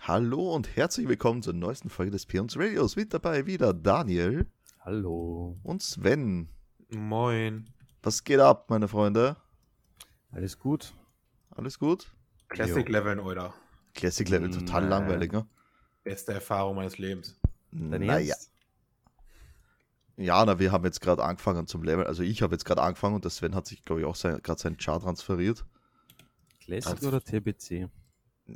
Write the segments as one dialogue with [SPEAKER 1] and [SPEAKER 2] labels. [SPEAKER 1] Hallo und herzlich willkommen zur neuesten Folge des Pions Radios. Mit dabei wieder Daniel
[SPEAKER 2] Hallo.
[SPEAKER 1] und Sven.
[SPEAKER 3] Moin.
[SPEAKER 1] Was geht ab, meine Freunde?
[SPEAKER 2] Alles gut?
[SPEAKER 1] Alles gut?
[SPEAKER 3] Classic Leveln, oder?
[SPEAKER 1] Classic Level, total
[SPEAKER 2] Nein.
[SPEAKER 1] langweilig, ne?
[SPEAKER 3] Beste Erfahrung meines Lebens.
[SPEAKER 2] Dein
[SPEAKER 1] Naja.
[SPEAKER 2] Ernst?
[SPEAKER 1] Ja, na, wir haben jetzt gerade angefangen zum Level. Also ich habe jetzt gerade angefangen und der Sven hat sich, glaube ich, auch sein, gerade seinen Char transferiert.
[SPEAKER 2] Classic
[SPEAKER 1] Ganz-
[SPEAKER 2] oder TBC?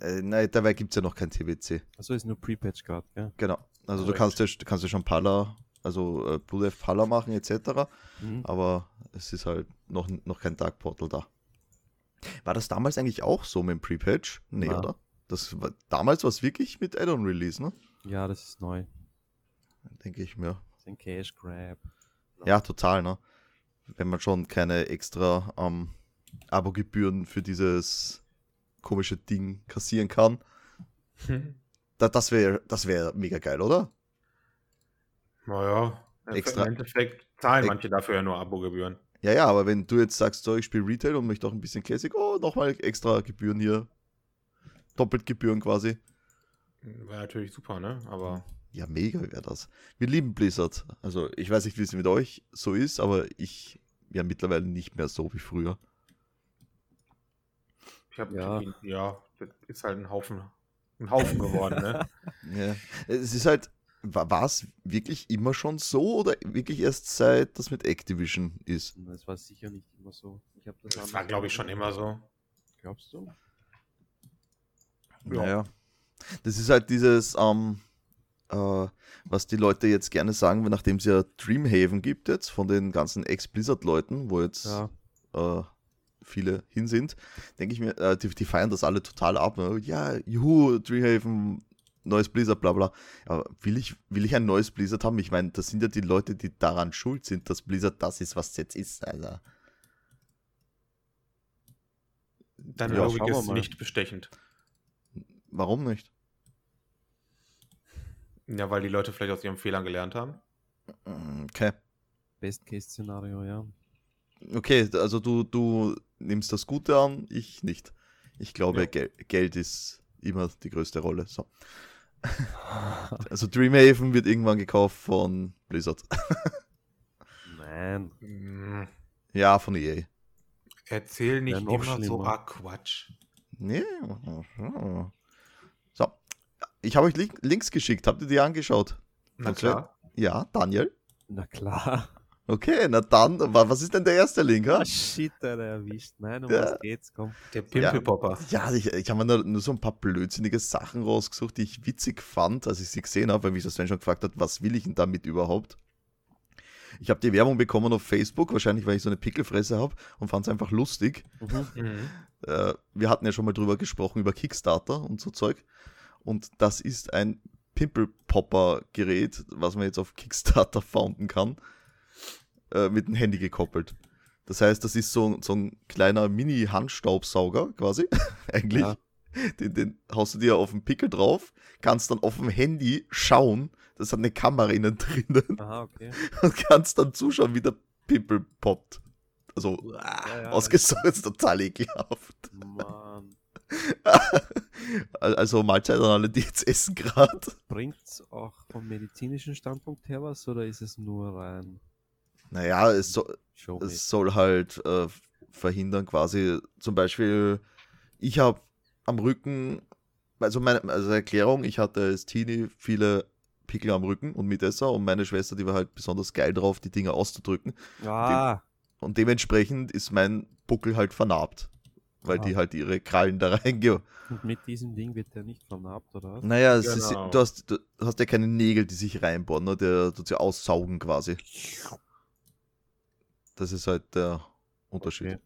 [SPEAKER 1] Äh, nein, dabei gibt es ja noch kein TBC.
[SPEAKER 2] Achso, ist nur Pre-Patch Guard, gell?
[SPEAKER 1] Genau. Also du
[SPEAKER 3] Korrekt.
[SPEAKER 1] kannst ja, du kannst ja schon Pala, also äh, Blue Death Pala machen etc.
[SPEAKER 2] Mhm.
[SPEAKER 1] Aber es ist halt noch, noch kein Dark Portal da. War das damals eigentlich auch so mit dem Pre-Patch? Nee,
[SPEAKER 2] Na.
[SPEAKER 1] oder? Das war, damals war es wirklich mit Add-on-Release, ne?
[SPEAKER 2] Ja, das ist neu.
[SPEAKER 1] Denke ich mir.
[SPEAKER 2] Das ist ein Cash Grab.
[SPEAKER 1] Ja, total, ne? Wenn man schon keine extra ähm, Abogebühren für dieses komische Ding kassieren kann. Da, das wäre das wär mega geil, oder?
[SPEAKER 3] Naja.
[SPEAKER 1] Extra-
[SPEAKER 3] Im Endeffekt zahlen
[SPEAKER 1] Ex-
[SPEAKER 3] manche dafür ja nur Abogebühren.
[SPEAKER 1] Ja, ja, aber wenn du jetzt sagst, so, ich spiele Retail und möchte auch ein bisschen Classic, oh, nochmal extra Gebühren hier. Doppelt Gebühren quasi.
[SPEAKER 3] Wäre natürlich super, ne? Aber
[SPEAKER 1] Ja, mega wäre das. Wir lieben Blizzard. Also, ich weiß nicht, wie es mit euch so ist, aber ich ja mittlerweile nicht mehr so wie früher.
[SPEAKER 3] ich habe
[SPEAKER 2] Ja.
[SPEAKER 3] ja, das ist halt ein Haufen, ein Haufen geworden, ne?
[SPEAKER 1] Ja. Es ist halt, war es wirklich immer schon so oder wirklich erst seit das mit Activision ist?
[SPEAKER 2] Das war sicher nicht immer so. Ich hab das,
[SPEAKER 3] Das
[SPEAKER 2] anders
[SPEAKER 3] war, glaube ich, schon
[SPEAKER 2] gemacht.
[SPEAKER 3] immer so.
[SPEAKER 2] Glaubst du?
[SPEAKER 3] Ja.
[SPEAKER 1] Naja. Das ist halt dieses, ähm, äh, was die Leute jetzt gerne sagen, weil nachdem es ja Dreamhaven gibt jetzt von den ganzen Ex-Blizzard-Leuten, wo jetzt
[SPEAKER 2] Ja.
[SPEAKER 1] äh, viele hin sind, denke ich mir, äh, die, die feiern das alle total ab. Ne? Ja, juhu, Dreamhaven, neues Blizzard, bla bla. Aber will ich, will ich ein neues Blizzard haben? Ich meine, das sind ja die Leute, die daran schuld sind, dass Blizzard das ist, was es jetzt ist. Also,
[SPEAKER 3] Deine
[SPEAKER 2] Ja,
[SPEAKER 3] Logik
[SPEAKER 2] schauen wir
[SPEAKER 3] ist
[SPEAKER 2] mal.
[SPEAKER 3] nicht bestechend.
[SPEAKER 1] warum nicht?
[SPEAKER 3] Ja, weil die Leute vielleicht aus ihren Fehlern gelernt haben.
[SPEAKER 1] Mm, Okay.
[SPEAKER 2] Best-Case-Szenario, ja.
[SPEAKER 1] Okay, also du, du nimmst das Gute an, ich nicht. Ich glaube,
[SPEAKER 3] Ja.
[SPEAKER 1] Gel Geld ist immer die größte Rolle. So. Also Dreamhaven wird irgendwann gekauft von Blizzard.
[SPEAKER 2] Nein.
[SPEAKER 3] Mm,
[SPEAKER 1] Ja, von E EA.
[SPEAKER 3] Erzähl nicht
[SPEAKER 2] Ja, Mhm. noch
[SPEAKER 3] immer so
[SPEAKER 2] schlimmer.
[SPEAKER 3] ah, Quatsch.
[SPEAKER 1] Nee. So. Ich habe euch Link Links geschickt. Habt ihr die angeschaut?
[SPEAKER 3] Na
[SPEAKER 1] Okay.
[SPEAKER 3] klar.
[SPEAKER 1] Ja, Daniel.
[SPEAKER 2] Na klar.
[SPEAKER 1] Okay, na dann, wa- was ist denn der erste Link? Ha?
[SPEAKER 2] Ah, shit, Alter, erwischt. Nein, um
[SPEAKER 1] Ja.
[SPEAKER 2] was geht's? Komm.
[SPEAKER 3] Der Pimpelpopper.
[SPEAKER 1] Ja, ich, ich habe mir nur, nur so ein paar blödsinnige Sachen rausgesucht, die ich witzig fand, als ich sie gesehen habe, weil mich das Sven schon gefragt hat, was will ich denn damit überhaupt? Ich habe die Werbung bekommen auf Facebook, wahrscheinlich weil ich so eine Pickelfresse habe und fand es einfach lustig.
[SPEAKER 2] Mhm.
[SPEAKER 3] Mhm.
[SPEAKER 1] Äh, wir hatten ja schon mal drüber gesprochen, über Kickstarter und so Zeug. Und das ist ein Pimple-Popper-Gerät, was man jetzt auf Kickstarter founden kann, äh, mit dem Handy gekoppelt. Das heißt, das ist so, so ein kleiner Mini-Handstaubsauger quasi, eigentlich.
[SPEAKER 2] Ja.
[SPEAKER 1] Den, den haust du dir auf den Pickel drauf, kannst dann auf dem Handy schauen, das hat eine Kamera innen drinnen
[SPEAKER 2] Aha, okay.
[SPEAKER 1] und kannst dann zuschauen, wie der Pimple poppt. Also,
[SPEAKER 2] ja, ja.
[SPEAKER 1] ausgesaugt ist total ekelhaft.
[SPEAKER 2] Mann.
[SPEAKER 1] Al- Also Mahlzeit an alle, die jetzt essen gerade.
[SPEAKER 2] Bringt's auch vom medizinischen Standpunkt her was oder ist es nur rein
[SPEAKER 1] Naja, es, so,
[SPEAKER 2] Show?
[SPEAKER 1] es soll halt äh, verhindern quasi, zum Beispiel, ich habe am Rücken, also meine also Erklärung, ich hatte als Teenie viele Pickel am Rücken und Mitesser und meine Schwester, die war halt besonders geil drauf, die Dinger auszudrücken.
[SPEAKER 2] Ah,
[SPEAKER 1] Und dementsprechend ist mein Buckel halt vernarbt, weil
[SPEAKER 2] Ah.
[SPEAKER 1] die halt ihre Krallen da reinge...
[SPEAKER 2] und mit diesem Ding wird der nicht vernarbt, oder was?
[SPEAKER 1] Naja, es ist,
[SPEAKER 3] Genau.
[SPEAKER 1] du, hast, du hast ja keine Nägel, die sich reinbohren, ne? der tut sie aussaugen quasi. Das ist halt der Unterschied.
[SPEAKER 2] Okay.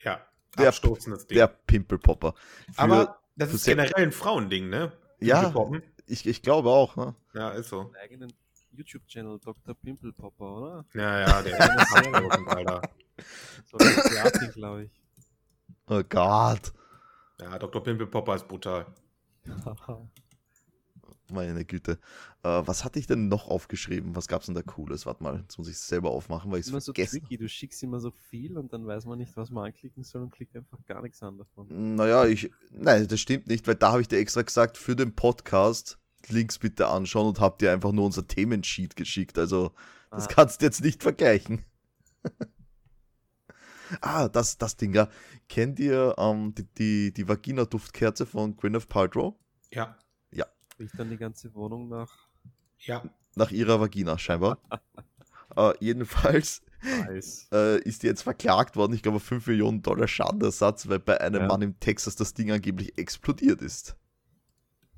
[SPEAKER 3] Ja.
[SPEAKER 1] Der-
[SPEAKER 3] abstoßendes Ding.
[SPEAKER 1] Der Pimpelpopper. Für-
[SPEAKER 3] Aber das
[SPEAKER 1] für
[SPEAKER 3] ist
[SPEAKER 1] sehr-
[SPEAKER 3] generell ein Frauending, ne?
[SPEAKER 1] ja,
[SPEAKER 3] Pimpelpoppen.
[SPEAKER 1] ich, ich glaube auch. Ne?
[SPEAKER 3] Ja, ist so.
[SPEAKER 2] Einen eigenen YouTube-Channel, Dr. Pimple Popper, oder?
[SPEAKER 3] Ja, ja, der ist ein Haufen, Alter.
[SPEAKER 2] So ein Theater, glaube ich.
[SPEAKER 1] Oh Gott,
[SPEAKER 3] Ja, Dr. Pimpelpopper ist brutal.
[SPEAKER 1] meine Güte. Äh, was hatte ich denn noch aufgeschrieben? Was gab's denn da Cooles? Warte mal, jetzt muss ich es selber aufmachen, weil ich
[SPEAKER 2] immer
[SPEAKER 1] es
[SPEAKER 2] so
[SPEAKER 1] vergessen
[SPEAKER 2] tricky, du schickst immer so viel und dann weiß man nicht, was man anklicken soll und klickt einfach gar nichts an davon.
[SPEAKER 1] Naja, ich, Nein, das stimmt nicht, weil da habe ich dir extra gesagt, für den Podcast Links bitte anschauen und habe dir einfach nur unser Themensheet geschickt. Also, das
[SPEAKER 2] Ah.
[SPEAKER 1] kannst du jetzt nicht vergleichen. ah, das, das Ding, ja. Kennt ihr ähm, die, die, die Vagina-Duftkerze von Gwyneth Paltrow?
[SPEAKER 3] Ja,
[SPEAKER 2] Riecht dann die ganze Wohnung nach
[SPEAKER 3] ja.
[SPEAKER 1] Nach ihrer Vagina, scheinbar. äh, jedenfalls
[SPEAKER 2] Eis.
[SPEAKER 1] äh, ist die jetzt verklagt worden, ich glaube, auf 5 Millionen Dollar Schadenersatz, weil bei einem
[SPEAKER 2] Ja.
[SPEAKER 1] Mann in Texas das Ding angeblich explodiert ist.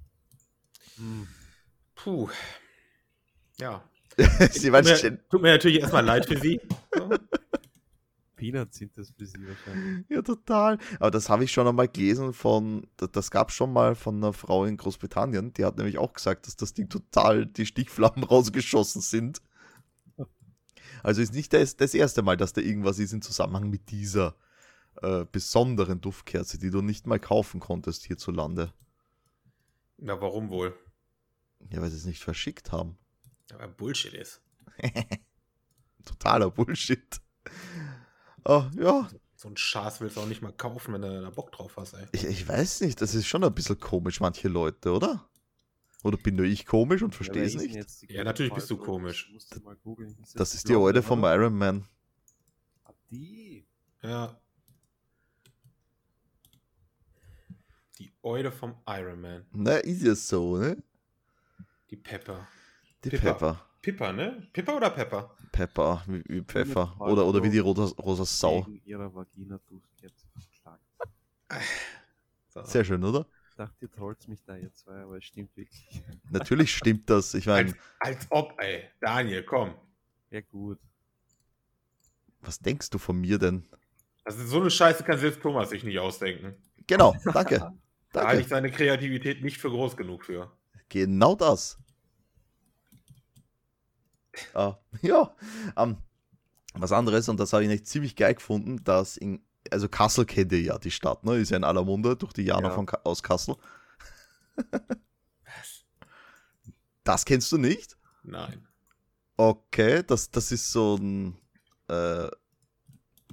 [SPEAKER 2] Hm.
[SPEAKER 3] Puh. Ja.
[SPEAKER 1] Sie waren
[SPEAKER 3] tut,
[SPEAKER 1] schon-
[SPEAKER 3] mir, tut mir natürlich erstmal leid für Sie. So.
[SPEAKER 2] Peanuts sind das für sie wahrscheinlich.
[SPEAKER 1] Ja, total. Aber das habe ich schon einmal gelesen von, das- das gab schon mal von einer Frau in Großbritannien, die hat nämlich auch gesagt, dass das Ding total die Stichflammen rausgeschossen sind. Also ist nicht das, das erste Mal, dass da irgendwas ist im Zusammenhang mit dieser äh, besonderen Duftkerze, die du nicht mal kaufen konntest hierzulande.
[SPEAKER 3] Na, warum wohl?
[SPEAKER 1] Ja, weil sie es nicht verschickt haben.
[SPEAKER 3] Weil Bullshit ist.
[SPEAKER 1] Totaler Bullshit. Oh, ja,
[SPEAKER 3] So ein Scheiß willst du auch nicht mal kaufen, wenn du da Bock drauf hast, ey.
[SPEAKER 1] Ich, ich weiß nicht, das ist schon ein bisschen komisch, manche Leute, oder? Oder bin nur ich komisch und verstehe es nicht?
[SPEAKER 3] Ja, natürlich bist du komisch.
[SPEAKER 2] Musst du mal googeln. Ist
[SPEAKER 1] Das ist die Alte vom
[SPEAKER 2] Blonde,
[SPEAKER 1] Iron Man.
[SPEAKER 2] oder? Ah, Die.
[SPEAKER 3] Ja. Die Eule vom Iron Man.
[SPEAKER 1] Na, ist ja so, ne?
[SPEAKER 3] Die Pepper.
[SPEAKER 1] Die
[SPEAKER 3] Pippa.
[SPEAKER 1] Pepper.
[SPEAKER 3] Pippa, ne? Pippa oder Pepper?
[SPEAKER 1] Pepper, wie, wie Pfeffer.
[SPEAKER 2] Paltrow.
[SPEAKER 1] Oder, oder wie die rosa, rosa Sau.
[SPEAKER 2] Wegen ihrer Vagina durchgeht. Verklagt.
[SPEAKER 3] So.
[SPEAKER 1] Sehr schön, oder?
[SPEAKER 2] Ich dachte, ihr trollt mich da jetzt zwei, aber es stimmt wirklich.
[SPEAKER 1] Natürlich stimmt das. Ich
[SPEAKER 3] als,
[SPEAKER 1] meine,
[SPEAKER 3] als ob, ey. Daniel, komm.
[SPEAKER 2] Ja, gut.
[SPEAKER 1] was denkst du von mir denn?
[SPEAKER 3] Also so eine Scheiße kann selbst Thomas sich nicht ausdenken.
[SPEAKER 1] Genau, danke.
[SPEAKER 3] Da halte
[SPEAKER 1] danke.
[SPEAKER 3] ich seine Kreativität nicht für groß genug für.
[SPEAKER 1] Genau das. Ah, ja, ähm, was anderes, und das habe ich nicht ziemlich geil gefunden, dass in, also Kassel kennt ihr ja die Stadt, ne? Ist ja in aller Munde durch die Jana
[SPEAKER 2] Ja.
[SPEAKER 1] von Ka aus Kassel. Das kennst du nicht?
[SPEAKER 3] Nein.
[SPEAKER 1] Okay, das, das ist so ein äh,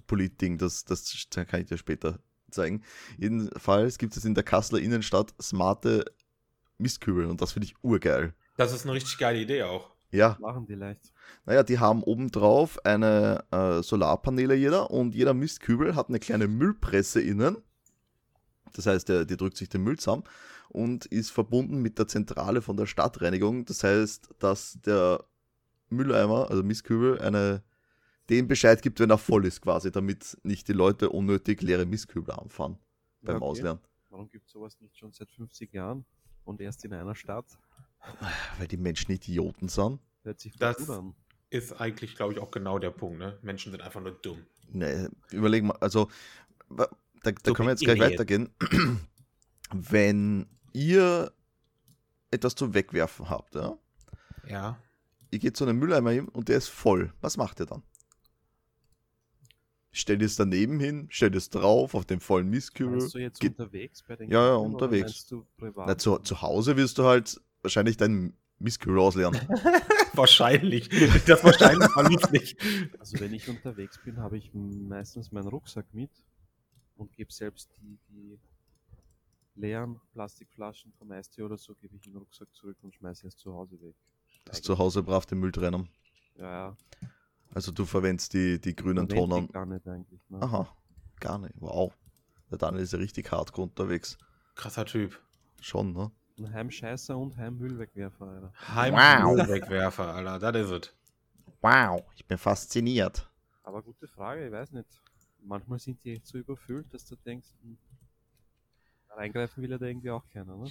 [SPEAKER 1] Politding, das, das kann ich dir später zeigen. Jedenfalls gibt es in der Kasseler Innenstadt smarte Mistkübel und das finde ich urgeil.
[SPEAKER 3] Das ist eine richtig geile Idee auch.
[SPEAKER 1] Ja,
[SPEAKER 2] Machen die leicht.
[SPEAKER 1] naja, die haben obendrauf eine äh, Solarpaneele jeder und jeder Mistkübel hat eine kleine Müllpresse innen. Das heißt, der, die drückt sich den Müll zusammen und ist verbunden mit der Zentrale von der Stadtreinigung. Das heißt, dass der Mülleimer, also Mistkübel, eine, den Bescheid gibt, wenn er voll ist quasi, damit nicht die Leute unnötig leere Mistkübel anfahren beim
[SPEAKER 2] Okay.
[SPEAKER 1] Ausleeren.
[SPEAKER 2] Warum gibt es sowas nicht schon seit 50 Jahren und erst in einer Stadt?
[SPEAKER 1] Weil die Menschen Idioten sind.
[SPEAKER 2] Hört sich voll
[SPEAKER 3] Das-
[SPEAKER 2] gut an.
[SPEAKER 3] Ist eigentlich, glaube ich, auch genau der Punkt, ne? Menschen sind einfach nur dumm.
[SPEAKER 1] Nee, überleg mal, also wa- da, da
[SPEAKER 3] So
[SPEAKER 1] können wir jetzt
[SPEAKER 3] beginnen
[SPEAKER 1] gleich
[SPEAKER 3] wir
[SPEAKER 1] weitergehen. Wenn ihr etwas zum Wegwerfen habt, ja?
[SPEAKER 3] Ja.
[SPEAKER 1] ihr geht zu einem Mülleimer hin und der ist voll, was macht ihr dann? Stellt ihr es daneben hin, stellt es drauf auf den vollen Mistkübel.
[SPEAKER 2] Warst du jetzt
[SPEAKER 1] geht-
[SPEAKER 2] unterwegs bei den
[SPEAKER 1] Ja, ja,
[SPEAKER 2] Kindern oder
[SPEAKER 1] unterwegs.
[SPEAKER 2] meinst du privat?
[SPEAKER 1] Na, zu, zu Hause wirst du halt wahrscheinlich deinen Mistkübel ausleeren.
[SPEAKER 3] Wahrscheinlich. Das wahrscheinlich war lustig.
[SPEAKER 2] Also wenn ich unterwegs bin, habe ich meistens meinen Rucksack mit und gebe selbst die, die leeren Plastikflaschen vom Eistee oder so, gebe ich in den Rucksack zurück und schmeiße es zu Hause weg.
[SPEAKER 1] Das zu Hause brav den Müll trennen.
[SPEAKER 2] Ja, ja.
[SPEAKER 1] Also du verwendest die, die grünen
[SPEAKER 2] verwende ich
[SPEAKER 1] Tonnen.
[SPEAKER 2] Gar nicht eigentlich. Ne?
[SPEAKER 1] Aha, gar nicht. Wow. Der Daniel ist ja richtig hardcore unterwegs.
[SPEAKER 3] Krasser Typ.
[SPEAKER 1] Schon, ne?
[SPEAKER 2] Ein Heimscheißer und Heimmüllwegwerfer, Alter.
[SPEAKER 3] Heimwegwerfer, Alter. Das ist es.
[SPEAKER 1] Wow, ich bin fasziniert.
[SPEAKER 2] Aber gute Frage, ich weiß nicht. Manchmal sind die echt so überfüllt, dass du denkst, hm, reingreifen will ja da irgendwie auch keiner, ne?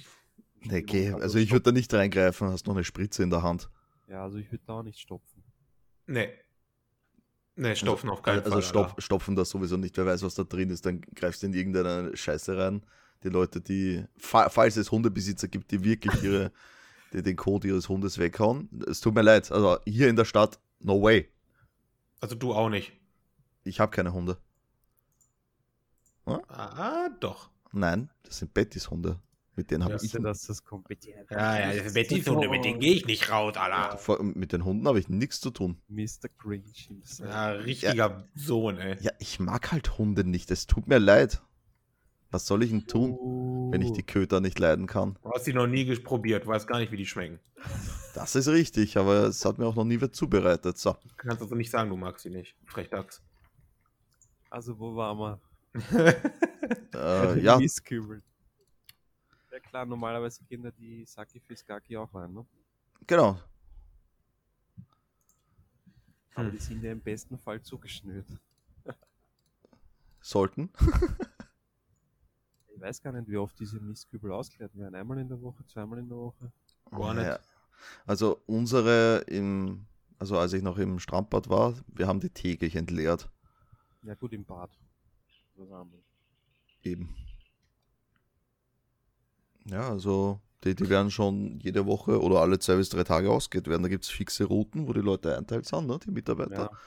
[SPEAKER 1] Nee, geh, also ich würde da nicht reingreifen, hast noch eine Spritze in der Hand.
[SPEAKER 2] Ja, also ich würde da auch nicht stopfen.
[SPEAKER 3] Nee. Nee, stopfen auf keinen
[SPEAKER 1] Also
[SPEAKER 3] Fall.
[SPEAKER 1] stopf,
[SPEAKER 3] Alter.
[SPEAKER 1] stopfen das sowieso nicht, wer weiß, was da drin ist, dann greifst du in irgendeine Scheiße rein. Die Leute, die, fa- falls es Hundebesitzer gibt, die wirklich ihre, die den Code ihres Hundes weghauen, es tut mir leid, also hier in der Stadt, no way,
[SPEAKER 3] Also du auch nicht.
[SPEAKER 1] ich habe keine Hunde.
[SPEAKER 3] Ah, ah, doch.
[SPEAKER 1] Nein, das sind Bettys Hunde, mit denen habe
[SPEAKER 3] Ja,
[SPEAKER 1] ich,
[SPEAKER 2] Wusste, dass das kompetent
[SPEAKER 3] Ja, ja,
[SPEAKER 2] ist.
[SPEAKER 3] Bettifunde, ne, mit denen gehe ich nicht raus, Alter.
[SPEAKER 1] vor- mit den Hunden habe ich nichts zu tun.
[SPEAKER 2] Mr. Grinch himself.
[SPEAKER 3] Ja, richtiger Sohn, ey.
[SPEAKER 1] Ja, ich mag halt Hunde nicht, es tut mir leid. Was soll ich denn tun, wenn
[SPEAKER 3] Uh.
[SPEAKER 1] ich die Köter nicht leiden kann?
[SPEAKER 3] Du hast die noch nie ges- probiert, weiß gar nicht, wie die schmecken.
[SPEAKER 1] Das ist richtig, aber es hat mir auch noch nie wer zubereitet. So.
[SPEAKER 3] Du kannst also nicht sagen, du magst sie nicht. Frechdachs.
[SPEAKER 2] Also, wo waren wir?
[SPEAKER 1] Äh, ja,
[SPEAKER 2] Misskübel. Ja klar, normalerweise gehen da die Saki Fiskaki auch rein, ne?
[SPEAKER 1] genau.
[SPEAKER 2] Aber
[SPEAKER 3] Hm.
[SPEAKER 2] die sind ja im besten Fall zugeschnürt.
[SPEAKER 1] Sollten.
[SPEAKER 2] Ich weiß gar nicht, wie oft diese Mistkübel ausgeleert werden. Einmal in der Woche, zweimal in der Woche.
[SPEAKER 3] Gar nicht.
[SPEAKER 1] Also unsere im, also als ich noch im Strandbad war, wir haben die täglich entleert.
[SPEAKER 2] Ja gut, im Bad. Das ist was anderes.
[SPEAKER 1] Eben. Ja, also die, die werden schon jede Woche oder alle zwei bis drei Tage ausgeht werden. Da gibt es fixe Routen, wo die Leute einteilt sind, ne? die Mitarbeiter.
[SPEAKER 2] Ja.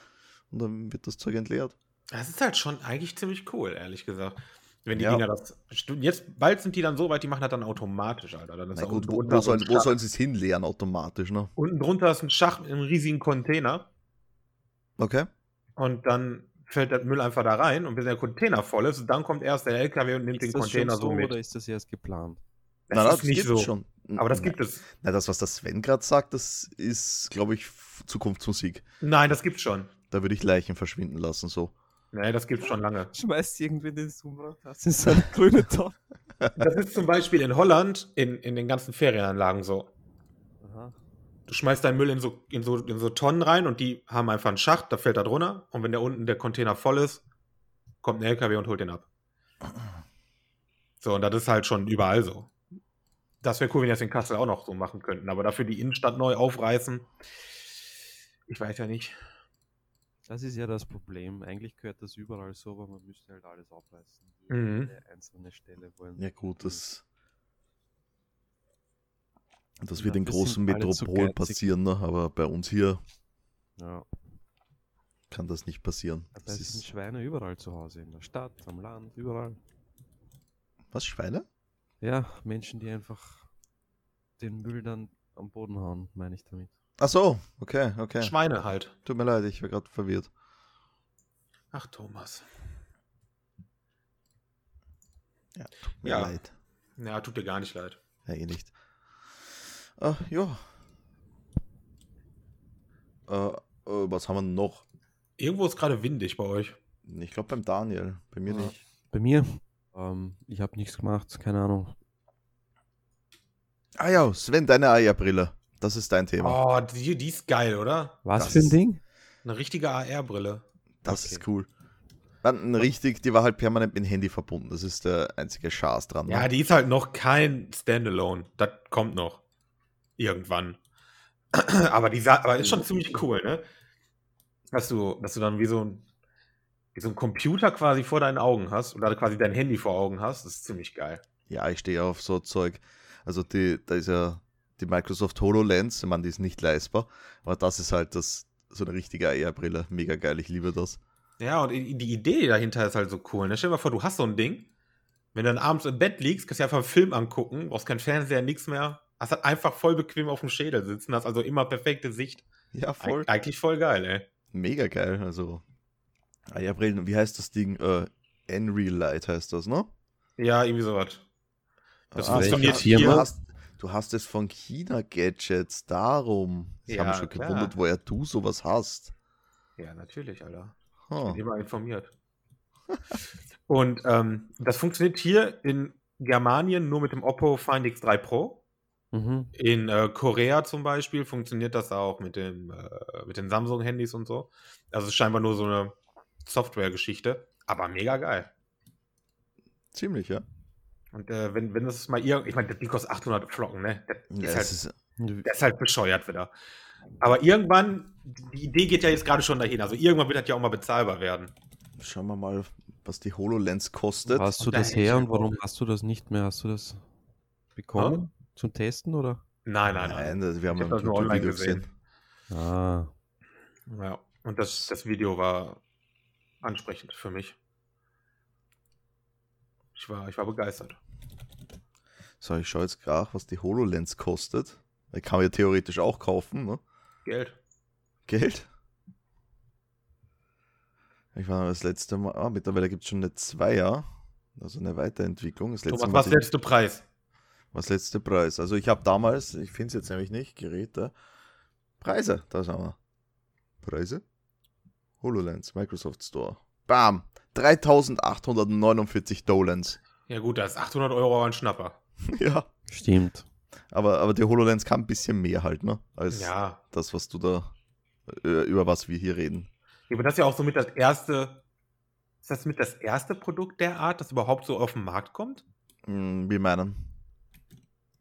[SPEAKER 1] Und dann wird das Zeug entleert.
[SPEAKER 3] Das ist halt schon eigentlich ziemlich cool, ehrlich gesagt. Wenn die
[SPEAKER 1] Ja.
[SPEAKER 3] Dinger das. Jetzt bald sind die dann so weit, die machen das dann automatisch, Alter. Dann ist
[SPEAKER 1] Na
[SPEAKER 3] da
[SPEAKER 1] gut,
[SPEAKER 3] unten
[SPEAKER 1] wo,
[SPEAKER 3] drunter
[SPEAKER 1] wo,
[SPEAKER 3] so ein
[SPEAKER 1] sollen, wo
[SPEAKER 3] Schacht.
[SPEAKER 1] sollen sie es hinleeren automatisch, ne?
[SPEAKER 3] Unten drunter ist ein Schacht mit einem riesigen Container
[SPEAKER 1] Okay.
[SPEAKER 3] und dann fällt der Müll einfach da rein und bis der Container voll ist, dann kommt erst der LKW und nimmt den
[SPEAKER 2] Ist das schon
[SPEAKER 3] Container so
[SPEAKER 2] so
[SPEAKER 3] mit.
[SPEAKER 2] oder ist das erst geplant?
[SPEAKER 3] Das
[SPEAKER 1] Na,
[SPEAKER 3] ist nicht
[SPEAKER 1] gibt's
[SPEAKER 3] so.
[SPEAKER 1] schon.
[SPEAKER 3] Aber das gibt es.
[SPEAKER 1] Na, das, was der Sven gerade sagt, das ist, glaube ich, F- Zukunftsmusik.
[SPEAKER 3] Nein, das gibt's schon.
[SPEAKER 1] Da würde ich Leichen verschwinden lassen, so.
[SPEAKER 3] Nee, das gibt's schon lange.
[SPEAKER 2] Schmeißt irgendwen den Sumra, das ist eine grüne Tonne.
[SPEAKER 3] Das ist zum Beispiel in Holland in, in den ganzen Ferienanlagen so.
[SPEAKER 2] Aha.
[SPEAKER 3] Du schmeißt deinen Müll in so, in, so, in so Tonnen rein und die haben einfach einen Schacht, da fällt da drunter und wenn da unten der Container voll ist, kommt ein LKW und holt den ab. So, und das ist halt schon überall so. Das wäre cool, wenn die das in Kassel auch noch so machen könnten, aber dafür die Innenstadt neu aufreißen, ich weiß ja nicht.
[SPEAKER 2] Das ist ja das Problem. Eigentlich gehört das überall so, aber man müsste halt alles abreißen.
[SPEAKER 3] Mhm.
[SPEAKER 2] Jede einzelne Stelle wollen.
[SPEAKER 1] Ja, gut, das. Das
[SPEAKER 2] Ja,
[SPEAKER 1] wird in
[SPEAKER 2] wir
[SPEAKER 1] großen
[SPEAKER 2] sind alle zu
[SPEAKER 1] Metropolen
[SPEAKER 2] geizig.
[SPEAKER 1] passieren, ne? aber bei uns hier
[SPEAKER 2] Ja.
[SPEAKER 1] kann das nicht passieren.
[SPEAKER 2] Dabei
[SPEAKER 1] Das
[SPEAKER 2] sind
[SPEAKER 1] ist,
[SPEAKER 2] Schweine überall zu Hause, in der Stadt, am Land, überall.
[SPEAKER 1] was, Schweine?
[SPEAKER 2] Ja, Menschen, die einfach den Müll dann am Boden hauen, meine ich damit.
[SPEAKER 1] Ach so, okay, okay.
[SPEAKER 3] Schweine halt.
[SPEAKER 1] Tut mir leid, ich war gerade verwirrt.
[SPEAKER 3] Ach, Thomas.
[SPEAKER 1] Tut mir
[SPEAKER 3] Ja.
[SPEAKER 1] leid.
[SPEAKER 3] Ja, tut dir gar nicht leid.
[SPEAKER 1] Ja, eh nicht. Äh, ja. Äh, äh, was haben wir noch?
[SPEAKER 3] Irgendwo ist gerade windig bei euch.
[SPEAKER 1] Ich glaube beim Daniel, bei mir
[SPEAKER 2] Ja.
[SPEAKER 1] nicht.
[SPEAKER 2] Bei mir? Ähm, ich habe nichts gemacht, keine Ahnung.
[SPEAKER 1] Ah ja, Sven, deine Eierbrille. Das ist dein Thema.
[SPEAKER 3] Oh, die, die ist geil, oder?
[SPEAKER 2] Was
[SPEAKER 1] Das
[SPEAKER 2] für ein
[SPEAKER 1] ist-
[SPEAKER 2] Ding?
[SPEAKER 3] Eine richtige AR-Brille.
[SPEAKER 1] das
[SPEAKER 2] okay.
[SPEAKER 1] ist cool. Dann richtig, die war halt permanent mit dem Handy verbunden. Das ist der einzige Schaß dran. ne?
[SPEAKER 3] Ja, die ist halt noch kein Standalone. Das kommt noch. Irgendwann. aber die sa- aber ist schon ziemlich cool, ne? Dass du, dass du dann wie so ein wie so ein Computer quasi vor deinen Augen hast oder quasi dein Handy vor Augen hast, das ist ziemlich geil.
[SPEAKER 1] ja ich stehe auf so Zeug. Also die, da ist ja die Microsoft HoloLens, ich meine, die ist nicht leistbar, aber das ist halt das, so eine richtige AR-Brille. Mega geil, ich liebe das.
[SPEAKER 3] Ja, und i- die Idee dahinter ist halt so cool. Ne? Stell dir mal vor, du hast so ein Ding. Wenn du dann abends im Bett liegst, kannst du dir einfach einen Film angucken, brauchst keinen Fernseher, nichts mehr. Hast halt einfach voll bequem auf dem Schädel sitzen, hast also immer perfekte Sicht.
[SPEAKER 1] Ja,
[SPEAKER 3] Eig-
[SPEAKER 1] voll.
[SPEAKER 3] Eigentlich voll geil, ey.
[SPEAKER 1] Mega geil. Also AR-Brillen, wie heißt das Ding? Äh, Enreal Light heißt das, ne?
[SPEAKER 3] Ja, irgendwie sowas. Das
[SPEAKER 1] Ah,
[SPEAKER 3] funktioniert
[SPEAKER 1] ich-
[SPEAKER 3] hier.
[SPEAKER 1] Du hast, du hast es von China Gadgets, darum. Ich habe
[SPEAKER 3] Ja,
[SPEAKER 1] mich schon
[SPEAKER 3] klar.
[SPEAKER 1] gewundert, woher du sowas hast.
[SPEAKER 3] Ja, natürlich, Alter.
[SPEAKER 1] Hm.
[SPEAKER 3] Bin immer informiert. Und ähm, das funktioniert hier in Germanien nur mit dem Oppo Find X3 Pro.
[SPEAKER 2] Mhm.
[SPEAKER 3] In äh, Korea zum Beispiel funktioniert das auch mit, dem, äh, mit den Samsung-Handys und so. Also es ist scheinbar nur so eine Software-Geschichte, aber mega geil.
[SPEAKER 1] Ziemlich, ja.
[SPEAKER 3] Und äh, wenn, wenn das mal irgend, ich meine, das Ding kostet 800 Flocken, ne? Das
[SPEAKER 1] ja
[SPEAKER 3] ist,
[SPEAKER 1] es
[SPEAKER 3] halt,
[SPEAKER 1] ist,
[SPEAKER 2] Und
[SPEAKER 3] das ist halt bescheuert wieder. Aber irgendwann, die Idee geht ja jetzt gerade schon dahin. Also irgendwann wird das ja auch mal bezahlbar werden.
[SPEAKER 1] schauen wir mal, was die HoloLens kostet.
[SPEAKER 2] Hast du
[SPEAKER 3] Da
[SPEAKER 2] das
[SPEAKER 3] hätte ich
[SPEAKER 2] her
[SPEAKER 3] einen
[SPEAKER 2] und warum hast du das nicht mehr? Hast du das bekommen? Zum Testen oder?
[SPEAKER 3] Nein, nein,
[SPEAKER 1] nein,
[SPEAKER 3] nein.
[SPEAKER 1] das- wir haben
[SPEAKER 3] Ich hab das nur online gesehen.
[SPEAKER 2] Ah,
[SPEAKER 3] Ja, und das, das Video war ansprechend für mich. Ich war, ich war begeistert.
[SPEAKER 1] So, ich schaue jetzt gerade, was die HoloLens kostet. Die kann man ja theoretisch auch kaufen, ne?
[SPEAKER 3] Geld.
[SPEAKER 1] Geld. Ich war das letzte Mal, ah, mittlerweile gibt es schon eine Zweier. Also eine Weiterentwicklung. Das letzte
[SPEAKER 3] Thomas,
[SPEAKER 1] Mal
[SPEAKER 3] was
[SPEAKER 1] die-
[SPEAKER 3] letzte Preis?
[SPEAKER 1] was letzte Preis? Also ich habe damals, ich finde es jetzt nämlich nicht, Geräte. Preise, da schauen wir. Preise? HoloLens, Microsoft Store. Bam! 3849 Dolans.
[SPEAKER 3] Ja gut, da ist 800 Euro ein Schnapper.
[SPEAKER 1] ja.
[SPEAKER 2] Stimmt.
[SPEAKER 1] Aber, aber die HoloLens kann ein bisschen mehr halt, ne? Als
[SPEAKER 3] Ja.
[SPEAKER 1] das, was du da, äh, über was wir hier reden.
[SPEAKER 3] Aber das ist ja auch so mit das erste, ist das mit das erste Produkt der Art, das überhaupt so auf den Markt kommt?
[SPEAKER 1] Hm, wie meinen?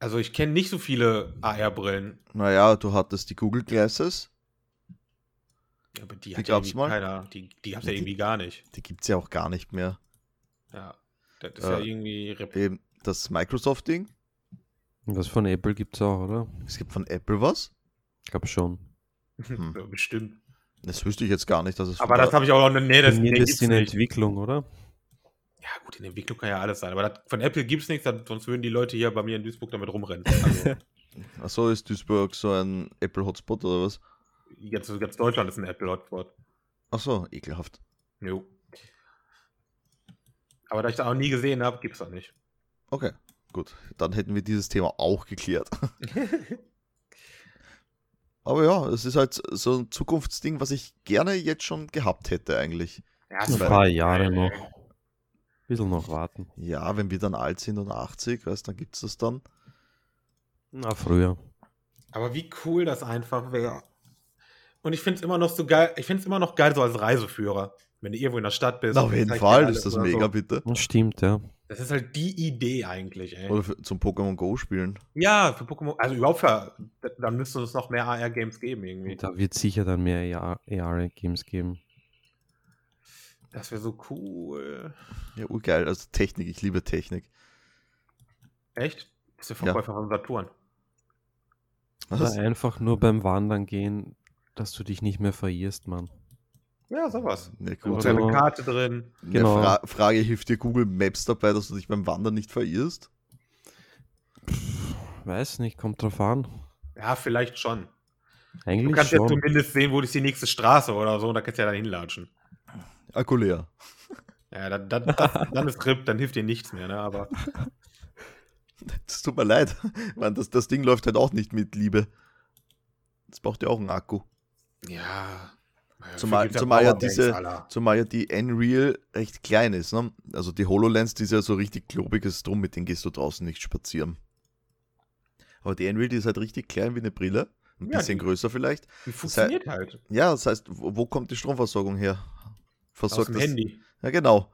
[SPEAKER 3] Also ich kenne nicht so viele AR-Brillen.
[SPEAKER 1] Naja, du hattest die Google Glasses.
[SPEAKER 3] Aber die,
[SPEAKER 1] Die
[SPEAKER 3] hat
[SPEAKER 1] gab's
[SPEAKER 3] ja irgendwie
[SPEAKER 1] mal?
[SPEAKER 3] keiner. Die, die gab's ja
[SPEAKER 1] Die-
[SPEAKER 3] irgendwie gar nicht.
[SPEAKER 1] Die gibt es ja auch gar nicht mehr.
[SPEAKER 3] Ja. Das ist ja
[SPEAKER 1] Äh,
[SPEAKER 3] irgendwie rep-
[SPEAKER 1] Eben das Microsoft-Ding.
[SPEAKER 2] Und das von Apple gibt's auch, oder?
[SPEAKER 1] Es gibt von Apple was.
[SPEAKER 2] Ich glaube schon.
[SPEAKER 1] hm.
[SPEAKER 3] so bestimmt.
[SPEAKER 1] Das wüsste ich jetzt gar nicht, dass es von
[SPEAKER 3] Aber das
[SPEAKER 1] der-
[SPEAKER 3] habe ich auch noch. Nee, das, nee,
[SPEAKER 2] Mir
[SPEAKER 3] gibt's
[SPEAKER 2] ist in
[SPEAKER 3] nicht.
[SPEAKER 2] Entwicklung, oder?
[SPEAKER 3] Ja, gut, in der Entwicklung kann ja alles sein. Aber das, von Apple gibt's nichts, dann- sonst würden die Leute hier bei mir in Duisburg damit rumrennen. Also,
[SPEAKER 1] Achso, ist Duisburg so ein Apple-Hotspot oder was?
[SPEAKER 3] jetzt, ganz Deutschland ist ein Apple-Hotspot.
[SPEAKER 1] Achso, ekelhaft.
[SPEAKER 3] Jo. Aber da ich das auch nie gesehen habe, gibt's das nicht.
[SPEAKER 1] Okay, gut. Dann hätten wir dieses Thema auch geklärt. Aber ja, es ist halt so ein Zukunftsding, was ich gerne jetzt schon gehabt hätte eigentlich.
[SPEAKER 3] Ja,
[SPEAKER 2] Ein
[SPEAKER 1] Zwei.
[SPEAKER 2] paar Jahre noch. bisschen noch warten.
[SPEAKER 1] Ja, wenn wir dann alt sind und 80, weißt, dann gibt's das dann.
[SPEAKER 2] Na, früher.
[SPEAKER 3] Aber wie cool das einfach wäre. Und ich finde es immer noch so geil, ich finde es immer noch geil, so als Reiseführer, wenn du irgendwo in der Stadt bist.
[SPEAKER 1] Na,
[SPEAKER 3] und
[SPEAKER 1] auf jeden
[SPEAKER 3] zeigt dir
[SPEAKER 1] Fall
[SPEAKER 3] alles
[SPEAKER 1] ist das
[SPEAKER 3] oder
[SPEAKER 1] mega,
[SPEAKER 3] halt So.
[SPEAKER 1] bitte.
[SPEAKER 2] Das stimmt, ja.
[SPEAKER 3] Das ist halt die Idee eigentlich, ey.
[SPEAKER 1] Oder für, zum Pokémon Go spielen.
[SPEAKER 3] ja, für Pokémon, also überhaupt für, da- dann müsste es noch mehr AR-Games geben irgendwie.
[SPEAKER 2] Da wird sicher dann mehr E AR-Games geben.
[SPEAKER 3] Das wäre so cool.
[SPEAKER 1] Ja, urgeil. Also Technik, ich liebe Technik.
[SPEAKER 3] Echt? Bist du Verkäufer von Saturn?
[SPEAKER 1] Was?
[SPEAKER 2] Oder einfach nur beim Wandern gehen, dass du dich nicht mehr verirrst, Mann.
[SPEAKER 3] Ja, sowas.
[SPEAKER 1] Ja,
[SPEAKER 3] Da
[SPEAKER 1] ne, gut.
[SPEAKER 3] ist
[SPEAKER 2] Oder-
[SPEAKER 3] eine Karte drin.
[SPEAKER 2] Genau.
[SPEAKER 1] Eine Fra Frage, hilft dir Google Maps dabei, dass du dich beim Wandern nicht verirrst?
[SPEAKER 2] Weiß nicht, kommt drauf an.
[SPEAKER 3] Ja, vielleicht schon. Du
[SPEAKER 2] Eigentlich
[SPEAKER 3] kannst ja
[SPEAKER 2] schon.
[SPEAKER 3] zumindest sehen, wo ist die nächste Straße oder so, und da kannst du ja dann hinlatschen.
[SPEAKER 1] Akku leer.
[SPEAKER 3] Ja, dann, dann, dann, dann ist RIP, dann hilft dir nichts mehr, ne? Aber
[SPEAKER 1] Es tut mir leid. Man, das, das Ding läuft halt auch nicht mit Liebe. Das braucht ja auch einen Akku.
[SPEAKER 3] Ja.
[SPEAKER 1] Zumal- zumal ja diese- Zumal ja die N-Real echt klein ist. Ne? Also die HoloLens, die ist ja so richtig klobiges Drum, mit denen gehst du draußen nicht spazieren. Aber die N-Real, die ist halt richtig klein wie eine Brille. Ein
[SPEAKER 3] Ja,
[SPEAKER 1] bisschen
[SPEAKER 3] die-
[SPEAKER 1] größer vielleicht.
[SPEAKER 3] Die funktioniert halt.
[SPEAKER 1] Ja, das heißt, wo, wo kommt die Stromversorgung her?
[SPEAKER 3] Aus
[SPEAKER 1] Versorgt
[SPEAKER 3] dem
[SPEAKER 1] das?
[SPEAKER 3] Handy.
[SPEAKER 1] Ja, genau.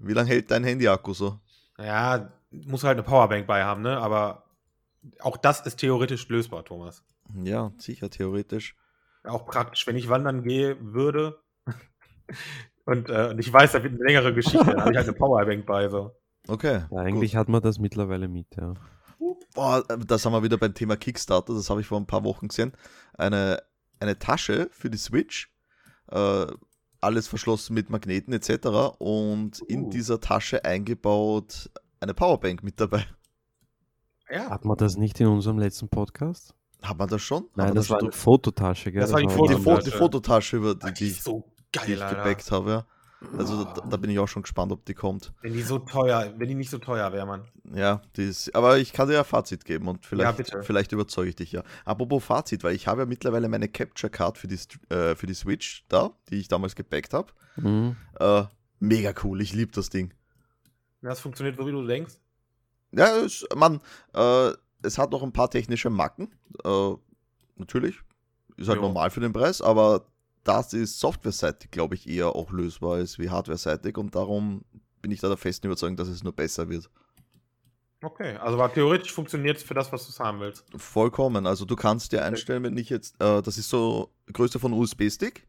[SPEAKER 1] Wie lange hält dein Handy-Akku so?
[SPEAKER 3] Ja, muss halt eine Powerbank bei haben, ne? Aber auch das ist theoretisch lösbar, Thomas.
[SPEAKER 1] Ja, sicher, theoretisch.
[SPEAKER 3] Auch praktisch, wenn ich wandern gehe würde und, äh, und ich weiß, da wird eine längere Geschichte, dann habe ich halt eine Powerbank bei. So.
[SPEAKER 1] Okay.
[SPEAKER 2] Ja, eigentlich
[SPEAKER 1] gut.
[SPEAKER 2] hat man das mittlerweile mit, ja.
[SPEAKER 1] Boah, das haben wir wieder beim Thema Kickstarter, das habe ich vor ein paar Wochen gesehen. Eine, eine Tasche für die Switch, äh, alles verschlossen mit Magneten etc. Und in
[SPEAKER 3] Uh.
[SPEAKER 1] dieser Tasche eingebaut eine Powerbank mit dabei.
[SPEAKER 3] Ja,
[SPEAKER 2] Hat man das nicht in unserem letzten Podcast?
[SPEAKER 1] Haben wir das schon?
[SPEAKER 2] Nein,
[SPEAKER 1] haben wir
[SPEAKER 2] das war
[SPEAKER 1] schon
[SPEAKER 2] eine Fototasche, gell?
[SPEAKER 3] Das war die
[SPEAKER 2] war
[SPEAKER 1] die,
[SPEAKER 2] was
[SPEAKER 1] Fo
[SPEAKER 2] anderes.
[SPEAKER 1] die Fototasche, über die,
[SPEAKER 3] die
[SPEAKER 1] die,
[SPEAKER 3] ist so
[SPEAKER 1] ich- die
[SPEAKER 3] geil,
[SPEAKER 1] ich
[SPEAKER 3] Alter. Ah.
[SPEAKER 1] gepackt habe. Ja. Also da, da bin ich auch schon gespannt, ob die kommt.
[SPEAKER 3] Wenn die so teuer, wenn die nicht so teuer wäre, Mann.
[SPEAKER 1] Ja, die ist, aber ich kann dir ja Fazit geben und
[SPEAKER 3] Ja,
[SPEAKER 1] vielleicht,
[SPEAKER 3] bitte.
[SPEAKER 1] vielleicht überzeuge ich dich ja. Apropos Fazit, weil ich habe ja mittlerweile meine Capture Card für die, St- äh, für die Switch da, die ich damals gepackt habe.
[SPEAKER 2] Mhm.
[SPEAKER 1] Äh, mega cool, ich liebe das Ding.
[SPEAKER 3] Das funktioniert so, wie du denkst.
[SPEAKER 1] Ja, es, man, äh, es hat noch ein paar technische Macken. Äh, natürlich, ist halt
[SPEAKER 3] Jo.
[SPEAKER 1] normal für den Preis, aber das ist softwareseitig, glaube ich, eher auch lösbar ist wie hardwareseitig und darum bin ich da der festen Überzeugung, dass es nur besser wird.
[SPEAKER 3] Okay, also aber theoretisch funktioniert es für das, was du haben willst.
[SPEAKER 1] Vollkommen. Also du kannst dir einstellen, wenn ich jetzt, äh, das ist so Größe von USB-Stick,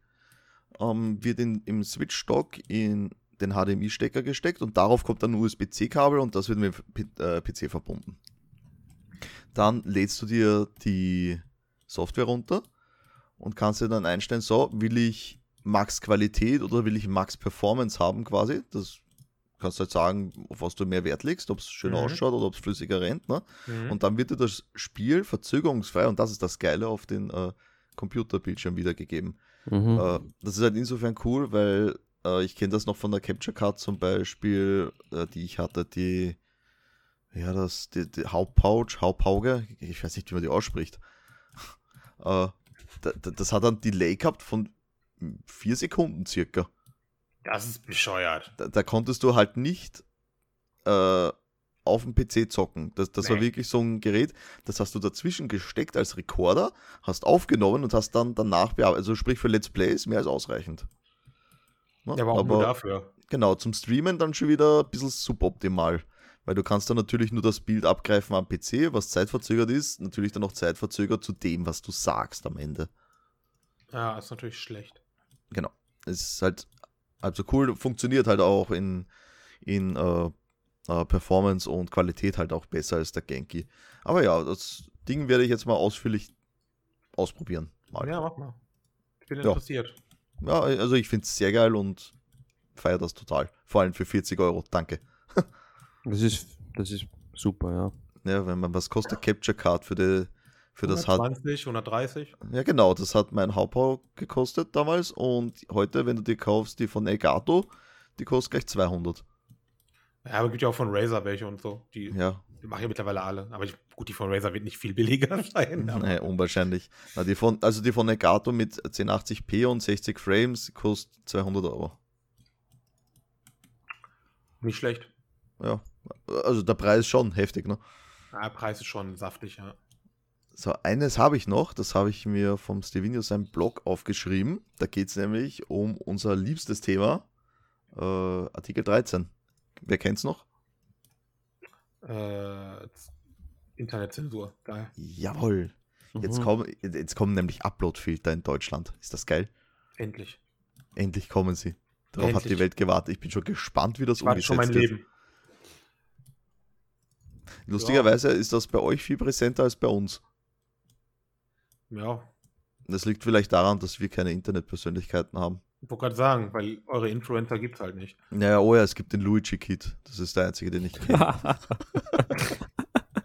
[SPEAKER 1] ähm, wird in, im Switch-Stock in den HDMI-Stecker gesteckt und darauf kommt dann ein USB-C-Kabel und das wird mit dem P- äh, PC verbunden. Dann lädst du dir die Software runter und kannst dir dann einstellen, so will ich Max Qualität oder will ich Max Performance haben quasi. Das kannst du halt sagen, auf was du mehr Wert legst, ob es schöner
[SPEAKER 3] Mhm.
[SPEAKER 1] ausschaut oder ob es flüssiger rennt. Ne?
[SPEAKER 3] Mhm.
[SPEAKER 1] Und dann wird dir das Spiel verzögerungsfrei, und das ist das Geile, auf den äh, Computerbildschirm wiedergegeben.
[SPEAKER 2] Mhm.
[SPEAKER 1] Äh, das ist halt insofern cool, weil Äh, ich kenne das noch von der Capture Card zum Beispiel, äh, die ich hatte, die, ja, das, die, die Hauptpouch, Hauptpauge, ich weiß nicht, wie man die ausspricht. äh, da, da, das hat dann Delay gehabt von vier Sekunden circa.
[SPEAKER 3] Das ist bescheuert.
[SPEAKER 1] Da, da konntest du halt nicht äh, auf dem PC zocken. Das, das war
[SPEAKER 3] Nee.
[SPEAKER 1] wirklich so ein Gerät, das hast du dazwischen gesteckt als Rekorder, hast aufgenommen und hast dann danach bearbeitet. Also sprich für Let's Plays mehr als ausreichend. Ne?
[SPEAKER 3] Ja, aber auch nur dafür.
[SPEAKER 1] Genau, zum Streamen dann schon wieder ein bisschen suboptimal. Weil du kannst dann natürlich nur das Bild abgreifen am PC, was zeitverzögert ist, natürlich dann auch zeitverzögert zu dem, was du sagst am Ende.
[SPEAKER 3] Ja, ist natürlich schlecht.
[SPEAKER 1] Es ist halt halb so cool, funktioniert halt auch in, in äh, äh, Performance und Qualität halt auch besser als der Genki. Aber ja, das Ding werde ich jetzt mal ausführlich ausprobieren. Mal.
[SPEAKER 3] Ja, mach mal. Ich bin
[SPEAKER 1] Ja.
[SPEAKER 3] interessiert.
[SPEAKER 1] Ja, also ich finde es sehr geil und feiere das total. Vor allem für 40 Euro. Danke.
[SPEAKER 2] Das ist, das ist super, ja.
[SPEAKER 1] Ja, wenn man was kostet, Capture Card für, die, für das hat.
[SPEAKER 3] 120, 130.
[SPEAKER 1] Ja, genau, das hat mein Hauptbau gekostet damals und heute, wenn du die kaufst, die von Elgato, die kostet gleich 200.
[SPEAKER 3] Ja, aber gibt ja auch von Razer welche und so. Die
[SPEAKER 1] Ja,
[SPEAKER 3] die machen ja mittlerweile alle. Aber ich, gut, die von Razer wird nicht viel billiger sein. aber-
[SPEAKER 1] nee, unwahrscheinlich. Na, die von, also die von Elgato mit 1080p und 60 Frames kostet 200 Euro.
[SPEAKER 3] Nicht schlecht.
[SPEAKER 1] Ja, also der Preis schon heftig, ne?
[SPEAKER 3] Ah, Preis ist schon saftig, ja.
[SPEAKER 1] So, eines habe ich noch, das habe ich mir vom Stevino seinen Blog aufgeschrieben. Da geht es nämlich um unser liebstes Thema, äh, Artikel 13. Wer kennt's noch?
[SPEAKER 3] Äh, Z- Internetzensur. Geil.
[SPEAKER 1] Jawohl.
[SPEAKER 3] Mhm.
[SPEAKER 1] Jetzt,
[SPEAKER 2] Mhm.
[SPEAKER 1] kommen, jetzt kommen nämlich Upload-Filter in Deutschland. Ist das geil?
[SPEAKER 3] Endlich.
[SPEAKER 1] Endlich kommen sie. Darauf hat
[SPEAKER 3] Endlich.
[SPEAKER 1] die Welt gewartet. Ich bin schon gespannt, wie das
[SPEAKER 3] Ich warte
[SPEAKER 1] umgesetzt
[SPEAKER 3] schon mein
[SPEAKER 1] wird.
[SPEAKER 3] Leben.
[SPEAKER 1] Lustigerweise ist das bei euch viel präsenter als bei uns.
[SPEAKER 3] Ja.
[SPEAKER 1] Das liegt vielleicht daran, dass wir keine Internetpersönlichkeiten haben.
[SPEAKER 3] Ich wollte gerade sagen, weil eure Influencer gibt's halt nicht.
[SPEAKER 1] Naja, oh ja, es gibt den Luigi Kid. Das ist der einzige, den ich kenne.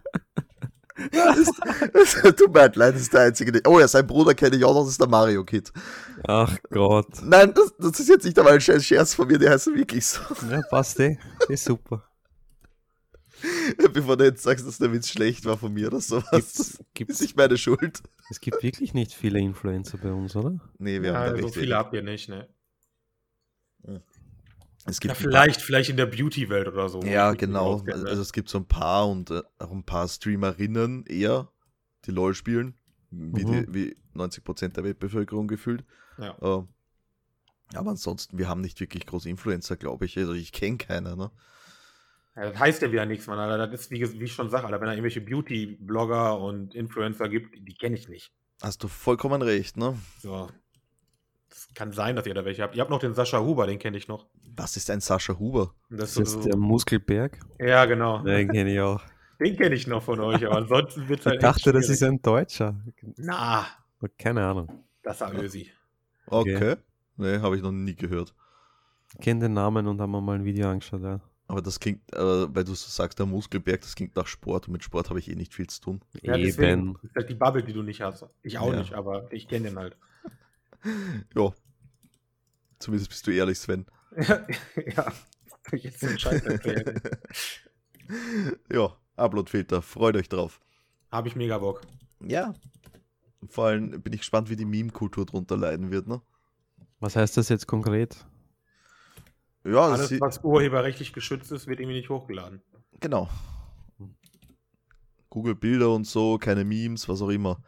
[SPEAKER 1] Ja, das, das, tut mir halt leid, das ist der einzige. den- Oh ja, sein Bruder kenne ich auch noch, das ist der Mario Kid.
[SPEAKER 2] Ach Gott.
[SPEAKER 1] Nein, das, das ist jetzt nicht einmal ein scheiß Scherz von mir, der heißt wirklich so.
[SPEAKER 2] Ja, passt eh. Ist super.
[SPEAKER 1] Bevor du jetzt sagst, dass der Witz schlecht war von mir oder sowas. Das
[SPEAKER 2] Gibt's, gibt's,
[SPEAKER 1] ist nicht meine Schuld.
[SPEAKER 2] es gibt wirklich nicht viele Influencer bei uns, oder?
[SPEAKER 1] Nee, wir
[SPEAKER 3] Ja,
[SPEAKER 1] haben da
[SPEAKER 3] so
[SPEAKER 1] recht
[SPEAKER 3] viele
[SPEAKER 1] wenig.
[SPEAKER 3] habt ihr nicht, ne?
[SPEAKER 1] Es
[SPEAKER 3] Ja,
[SPEAKER 1] gibt ein paar-
[SPEAKER 3] vielleicht, vielleicht in der Beauty-Welt oder so. wo
[SPEAKER 1] Ja,
[SPEAKER 3] ich mich nicht
[SPEAKER 1] genau.
[SPEAKER 3] auskenne.
[SPEAKER 1] Also es gibt so ein paar und äh, auch ein paar Streamerinnen eher, die LOL spielen, wie,
[SPEAKER 2] Mhm.
[SPEAKER 1] die, wie 90% der Weltbevölkerung gefühlt.
[SPEAKER 3] ja.
[SPEAKER 1] Äh, aber ansonsten, wir haben nicht wirklich große Influencer, glaube ich. Also ich kenne keine, ne?
[SPEAKER 3] Ja, das heißt ja wieder nichts, Mann. Alter. Das ist, wie, ges- wie ich schon sage, Alter, wenn da irgendwelche Beauty-Blogger und Influencer gibt, die kenne ich nicht.
[SPEAKER 1] Hast du vollkommen recht, ne?
[SPEAKER 3] So. Es kann sein, dass ihr da welche habt. Ihr habt noch den Sascha Huber, den kenne ich noch.
[SPEAKER 1] Was ist ein Sascha Huber?
[SPEAKER 3] Und Das
[SPEAKER 2] Ist das
[SPEAKER 3] so-
[SPEAKER 2] der Muskelberg?
[SPEAKER 3] ja, genau.
[SPEAKER 2] Den kenne ich auch.
[SPEAKER 3] Den kenne ich noch von euch, aber ansonsten wird es
[SPEAKER 2] Ich
[SPEAKER 3] halt
[SPEAKER 2] dachte,
[SPEAKER 3] echt
[SPEAKER 2] das ist
[SPEAKER 3] schwierig.
[SPEAKER 2] ein Deutscher.
[SPEAKER 3] Na,
[SPEAKER 2] Keine Ahnung.
[SPEAKER 3] das war Ösi.
[SPEAKER 1] Okay.
[SPEAKER 2] Okay.
[SPEAKER 1] Nee, habe ich noch nie gehört.
[SPEAKER 2] Ich kenne den Namen und haben mir mal ein Video angeschaut, ja.
[SPEAKER 1] Aber das klingt, äh, weil du so sagst, der Muskelberg, das klingt nach Sport. Und mit Sport habe ich eh nicht viel zu tun.
[SPEAKER 3] Ja, deswegen
[SPEAKER 2] Eben.
[SPEAKER 3] ist halt die Bubble, die du nicht hast. Ich auch
[SPEAKER 1] Ja.
[SPEAKER 3] nicht, aber ich kenne den halt.
[SPEAKER 1] Ja. Zumindest bist du ehrlich, Sven.
[SPEAKER 3] ja. Jetzt den Scheiß erzählen.
[SPEAKER 1] ja, Uploadfilter, freut euch drauf.
[SPEAKER 3] Habe ich mega Bock.
[SPEAKER 2] Oh,
[SPEAKER 1] Ja. Vor allem bin ich gespannt, wie die Meme-Kultur drunter leiden wird, ne?
[SPEAKER 2] Was heißt das jetzt konkret?
[SPEAKER 1] Ja, das
[SPEAKER 3] Alles,
[SPEAKER 1] ist,
[SPEAKER 3] was urheberrechtlich geschützt ist, wird irgendwie nicht hochgeladen.
[SPEAKER 1] genau. Google Bilder und so, keine Memes, was auch immer.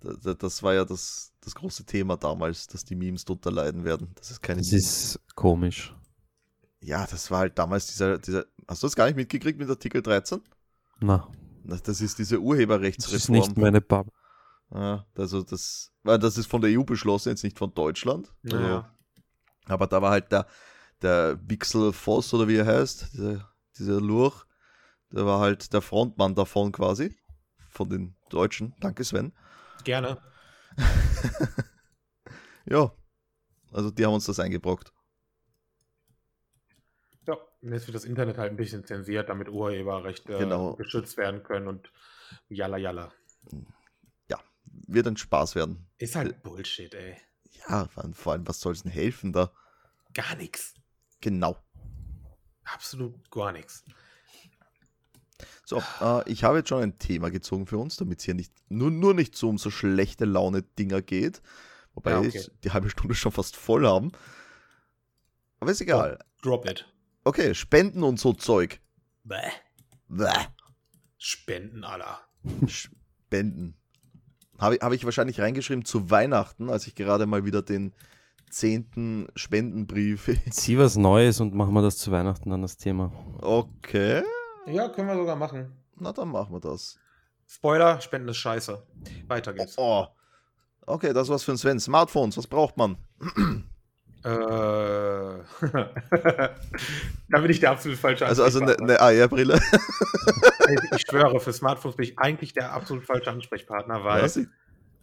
[SPEAKER 1] Da- da- Das war ja das, das große Thema damals, dass die Memes drunter leiden werden. Das ist keine
[SPEAKER 2] Das
[SPEAKER 1] Memes-
[SPEAKER 2] ist komisch.
[SPEAKER 1] Ja, das war halt damals dieser, dieser. Hast du das gar nicht mitgekriegt mit Artikel 13?
[SPEAKER 2] Na,
[SPEAKER 1] Na, Das ist diese
[SPEAKER 2] das
[SPEAKER 1] Urheberrechtsreform.
[SPEAKER 2] ist nicht meine Bubble.
[SPEAKER 1] Ja, also das, weil das ist von der EU beschlossen, jetzt nicht von Deutschland. Also,
[SPEAKER 3] Naja.
[SPEAKER 1] Aber da war halt der, der Wixel Voss oder wie er heißt, dieser, dieser Lurch, der war halt der Frontmann davon quasi, von den Deutschen. Danke, Sven.
[SPEAKER 3] Gerne.
[SPEAKER 1] Ja, also die haben uns das eingebrockt.
[SPEAKER 3] Ja, und jetzt wird das Internet halt ein bisschen zensiert, damit Urheberrechte äh,
[SPEAKER 1] Genau.
[SPEAKER 3] geschützt werden können und jalla jalla.
[SPEAKER 1] Wird ein Spaß werden.
[SPEAKER 3] Ist halt Bullshit, ey.
[SPEAKER 1] Ja, vor allem, was soll es denn helfen da?
[SPEAKER 3] gar nichts.
[SPEAKER 1] Genau.
[SPEAKER 3] Absolut gar nichts.
[SPEAKER 1] So, äh, ich habe jetzt schon ein Thema gezogen für uns, damit es hier nicht nur, nur nicht so um so schlechte Laune-Dinger geht. Wobei
[SPEAKER 3] Ja, okay.
[SPEAKER 1] ich die halbe Stunde schon fast voll haben. Aber ist egal.
[SPEAKER 3] Drop it.
[SPEAKER 1] Okay, Spenden und so Zeug.
[SPEAKER 3] Bäh.
[SPEAKER 1] Bäh.
[SPEAKER 3] Spenden aller.
[SPEAKER 1] Spenden. Habe ich- habe ich wahrscheinlich reingeschrieben zu Weihnachten, als ich gerade mal wieder den zehnten Spendenbrief.
[SPEAKER 2] Zieh was Neues und machen wir das zu Weihnachten dann das Thema.
[SPEAKER 1] Okay,
[SPEAKER 3] Ja, können wir sogar machen.
[SPEAKER 1] na dann machen wir das.
[SPEAKER 3] Spoiler, Spenden ist scheiße. Weiter geht's.
[SPEAKER 1] Oh. Okay, das war's für den Sven. Smartphones, was braucht man?
[SPEAKER 3] Äh, da bin ich der absolut falsche
[SPEAKER 1] Also, also eine,
[SPEAKER 3] Ansprechpartner.
[SPEAKER 1] eine AR-Brille.
[SPEAKER 3] Ich schwöre, für Smartphones bin ich eigentlich der absolut falsche Ansprechpartner, weil
[SPEAKER 1] Was?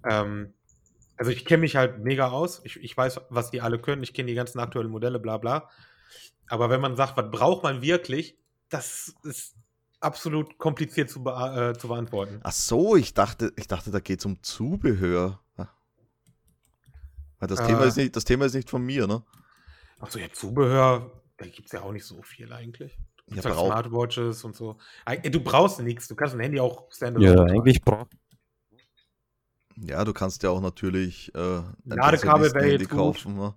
[SPEAKER 3] Ähm, also ich kenne mich halt mega aus. Ich, ich weiß, was die alle können. Ich kenne die ganzen aktuellen Modelle, bla bla. Aber wenn man sagt, was braucht man wirklich, das ist absolut kompliziert zu, bea- äh, zu beantworten.
[SPEAKER 1] Ach so, ich dachte, ich dachte, da geht's um Zubehör. Ah. Weil Das,
[SPEAKER 3] Ah.
[SPEAKER 1] Thema ist nicht, das Thema ist nicht von mir, ne?
[SPEAKER 3] Also ja, Zubehör, da gibt es ja auch nicht so viel eigentlich. Du
[SPEAKER 1] Ja,
[SPEAKER 3] gibt's halt
[SPEAKER 1] brauch-
[SPEAKER 3] Smartwatches und so. Eig- Du brauchst nichts, du kannst ein Handy auch standalone.
[SPEAKER 2] Ja,
[SPEAKER 3] tragen.
[SPEAKER 2] eigentlich braucht
[SPEAKER 1] ja, du kannst ja auch natürlich äh, ein
[SPEAKER 3] Ladekabel
[SPEAKER 1] Pensionisten-
[SPEAKER 3] wäre
[SPEAKER 1] Handy
[SPEAKER 3] jetzt gut.
[SPEAKER 1] kaufen. Ne?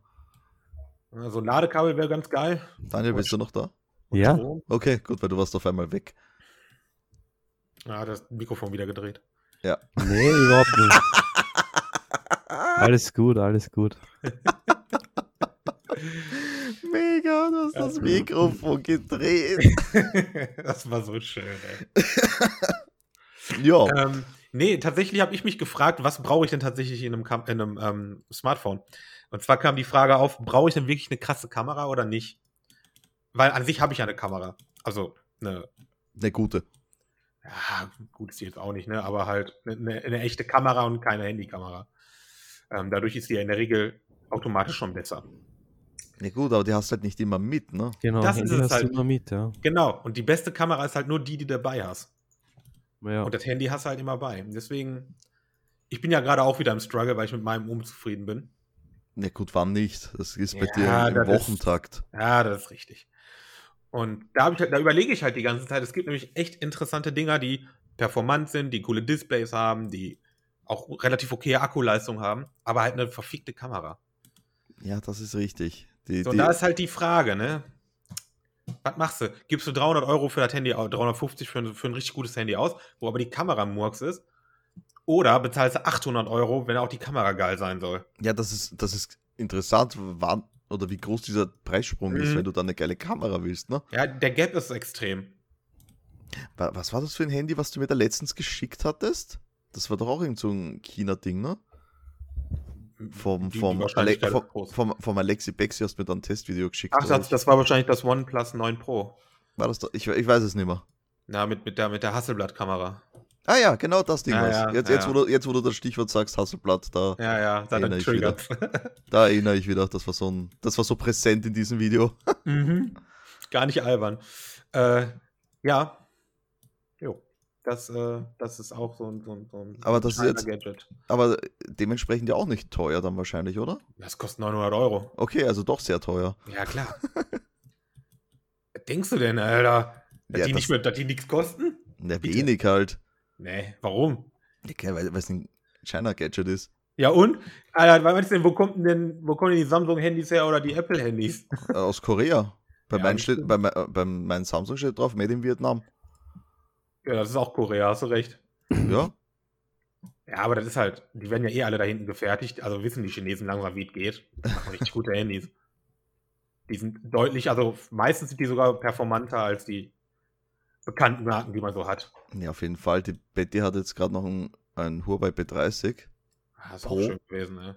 [SPEAKER 3] Also ein Ladekabel wäre ganz geil.
[SPEAKER 1] Daniel, bist du noch da?
[SPEAKER 2] ja.
[SPEAKER 3] So.
[SPEAKER 1] Okay, gut, weil du warst auf einmal weg.
[SPEAKER 3] Ja, Ah, das Mikrofon wieder gedreht.
[SPEAKER 2] Nee, überhaupt nicht. Alles gut, alles gut.
[SPEAKER 1] Mega, du hast das Mikrofon gedreht.
[SPEAKER 3] das war so schön, ey.
[SPEAKER 1] ja,
[SPEAKER 3] Ähm, nee, tatsächlich habe ich mich gefragt, was brauche ich denn tatsächlich in einem, Kam in einem ähm, Smartphone? Und zwar kam die Frage auf, brauche ich denn wirklich eine krasse Kamera oder nicht? Weil an sich habe ich ja eine Kamera. Also eine,
[SPEAKER 1] eine gute.
[SPEAKER 3] ja, gut ist die jetzt auch nicht, ne? aber halt eine, eine, eine echte Kamera und keine Handykamera. Ähm, dadurch ist die ja in der Regel automatisch schon besser.
[SPEAKER 1] Ja gut, aber die hast halt nicht immer mit, ne?
[SPEAKER 2] Genau,
[SPEAKER 3] Das
[SPEAKER 2] Handy
[SPEAKER 3] ist es
[SPEAKER 2] hast du
[SPEAKER 3] halt.
[SPEAKER 2] immer mit, ja.
[SPEAKER 3] Genau, und die beste Kamera ist halt nur die, die du dabei hast.
[SPEAKER 2] ja.
[SPEAKER 3] Und das Handy hast du halt immer bei. Deswegen, ich bin ja gerade auch wieder im Struggle, weil ich mit meinem unzufrieden bin.
[SPEAKER 1] Na gut, wann nicht? Das ist bei
[SPEAKER 3] Ja,
[SPEAKER 1] dir im
[SPEAKER 3] das ist-
[SPEAKER 1] Wochentakt.
[SPEAKER 3] Ja, das ist richtig. Und da, hab ich, halt- da überlege ich halt die ganze Zeit. Es gibt nämlich echt interessante Dinger, die performant sind, die coole Displays haben, die auch relativ okay Akkuleistung haben, aber halt eine verfickte Kamera.
[SPEAKER 1] Ja, das ist richtig. Die,
[SPEAKER 3] So,
[SPEAKER 1] die,
[SPEAKER 3] und da ist halt die Frage, ne? Was machst du? Gibst du 300 Euro für das Handy, au- 350 für ein, für ein richtig gutes Handy aus, wo aber die Kamera Murks ist? Oder bezahlst du 800 Euro, wenn auch die Kamera geil sein soll?
[SPEAKER 1] ja, das ist, das ist interessant, wann oder wie groß dieser Preissprung ist,
[SPEAKER 3] Mhm.
[SPEAKER 1] wenn du dann eine geile Kamera willst, ne?
[SPEAKER 3] Ja, der Gap ist extrem.
[SPEAKER 1] Wa- Was war das für ein Handy, was du mir da letztens geschickt hattest? Das war doch auch irgend so ein China-Ding, ne? Vom,
[SPEAKER 3] Die- die
[SPEAKER 1] vom, Ale
[SPEAKER 3] Wahrscheinlichkeit ist
[SPEAKER 1] vom,
[SPEAKER 3] groß.
[SPEAKER 1] vom, vom Alexi Bexi hast du mir dann ein Testvideo geschickt.
[SPEAKER 3] Ach,
[SPEAKER 1] oder
[SPEAKER 3] das, das war wahrscheinlich das OnePlus 9 Pro.
[SPEAKER 1] War das da? ich, ich weiß es nicht mehr.
[SPEAKER 3] Na, mit, mit der, mit der Hasselblatt-Kamera.
[SPEAKER 1] Ah ja, genau das Ding
[SPEAKER 3] Ja,
[SPEAKER 1] war's.
[SPEAKER 3] ja, ah
[SPEAKER 1] jetzt,
[SPEAKER 3] ja,
[SPEAKER 1] jetzt, wo du, jetzt, wo du das Stichwort sagst, Hasselblatt, da,
[SPEAKER 3] Ja, ja, da
[SPEAKER 1] Erinnere
[SPEAKER 3] dann
[SPEAKER 1] ich
[SPEAKER 3] triggert.
[SPEAKER 1] da erinnere ich wieder, das war, so ein, das war so präsent in diesem Video.
[SPEAKER 3] mhm. Gar nicht albern. Äh, ja. Jo. Das, äh, das ist auch so ein, so ein, so ein
[SPEAKER 1] Aber das ist
[SPEAKER 3] kleiner
[SPEAKER 1] jetzt-
[SPEAKER 3] Gadget.
[SPEAKER 1] Aber dementsprechend ja auch nicht teuer dann wahrscheinlich, oder?
[SPEAKER 3] Das kostet 900 Euro.
[SPEAKER 1] Okay, also doch sehr teuer.
[SPEAKER 3] Ja, klar. Was denkst du denn, Alter? Dass
[SPEAKER 1] Ja,
[SPEAKER 3] die
[SPEAKER 1] das-
[SPEAKER 3] nicht mehr, dass die nichts kosten?
[SPEAKER 1] Na,
[SPEAKER 3] Bitte.
[SPEAKER 1] wenig halt.
[SPEAKER 3] Nee, warum?
[SPEAKER 1] Okay, weil weil es ein China-Gadget ist.
[SPEAKER 3] Ja und? Alter, was meinst du denn, wo kommt denn, wo kommen denn die Samsung-Handys her oder die Apple-Handys?
[SPEAKER 1] Äh, aus Korea. Bei,
[SPEAKER 3] Ja,
[SPEAKER 1] meinem
[SPEAKER 3] das
[SPEAKER 1] steht,
[SPEAKER 3] stimmt.
[SPEAKER 1] bei, mein- äh, bei meinem Samsung steht drauf, Made in Vietnam.
[SPEAKER 3] Ja, das ist auch Korea, hast du recht.
[SPEAKER 1] Ja,
[SPEAKER 3] Ja, aber das ist halt, die werden ja eh alle da hinten gefertigt, also wissen die Chinesen langsam, wie es geht. Die Machen richtig gute Handys. Die sind deutlich, also meistens sind die sogar performanter als die bekannten Marken, die man so hat.
[SPEAKER 1] ja auf jeden Fall. Die Betty hat jetzt gerade noch ein, ein Huawei B30.
[SPEAKER 3] Ah, ist
[SPEAKER 1] Pro.
[SPEAKER 3] auch schön gewesen, ne?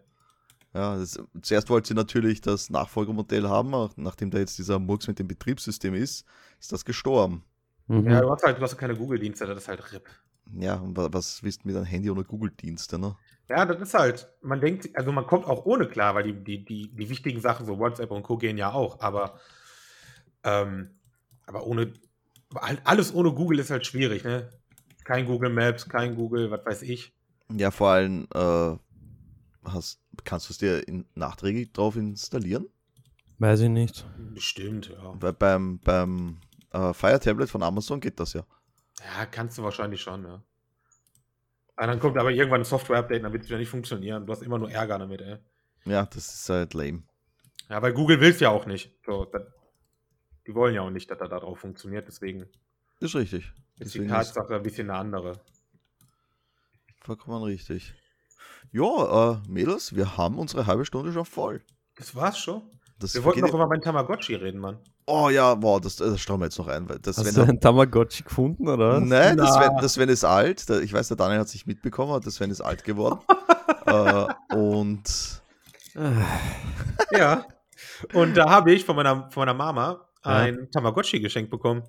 [SPEAKER 1] Ja, das, zuerst wollte sie natürlich das Nachfolgemodell haben, aber nachdem da jetzt dieser Murks mit dem Betriebssystem ist, ist das gestorben.
[SPEAKER 2] Mhm.
[SPEAKER 3] Ja, du hast halt, du hast keine Google-Dienste, das ist halt RIP.
[SPEAKER 1] Ja, und wa- was willst du mit einem Handy ohne Google-Dienste, ne?
[SPEAKER 3] Ja, das ist halt, man denkt, also man kommt auch ohne klar, weil die, die, die, die wichtigen Sachen, so WhatsApp und Co. gehen ja auch, aber, ähm, aber ohne, all- alles ohne Google ist halt schwierig, ne? Kein Google Maps, kein Google, was weiß ich.
[SPEAKER 1] Ja, vor allem, äh, hast, kannst du es dir in, nachträglich drauf installieren?
[SPEAKER 2] Weiß ich nicht.
[SPEAKER 3] Bestimmt, ja.
[SPEAKER 1] Weil beim, beim äh, Fire Tablet von Amazon geht das ja.
[SPEAKER 3] Ja, kannst du wahrscheinlich schon, ja. Aber dann kommt aber irgendwann ein Software-Update, dann wird es wieder nicht funktionieren. Du hast immer nur Ärger damit, ey.
[SPEAKER 1] Ja, das ist halt lame.
[SPEAKER 3] Ja, weil Google will es ja auch nicht. So, das, die wollen ja auch nicht, dass das da drauf funktioniert, deswegen
[SPEAKER 1] Ist richtig.
[SPEAKER 3] ist die
[SPEAKER 1] Deswegen ist
[SPEAKER 3] Tatsache ein bisschen eine andere.
[SPEAKER 1] vollkommen richtig. Ja, äh, Mädels, wir haben unsere halbe Stunde schon voll.
[SPEAKER 3] Das war's schon.
[SPEAKER 1] Das
[SPEAKER 3] Wir wollten
[SPEAKER 1] vergeht-
[SPEAKER 3] noch über meinen Tamagotchi reden, Mann.
[SPEAKER 1] Oh ja, wow, das, das schauen wir jetzt noch ein. Weil das
[SPEAKER 2] Hast
[SPEAKER 1] Sven
[SPEAKER 2] du
[SPEAKER 1] hat,
[SPEAKER 2] einen Tamagotchi gefunden, oder? was?
[SPEAKER 1] nein, das
[SPEAKER 3] Na.
[SPEAKER 1] Sven, das Sven ist alt. Der- Ich weiß, der Daniel hat sich mitbekommen, aber das Sven ist alt geworden. äh, und
[SPEAKER 2] Ah,
[SPEAKER 3] Ja. Und da habe ich von meiner, von meiner Mama
[SPEAKER 2] Ja.
[SPEAKER 3] ein Tamagotchi geschenkt bekommen.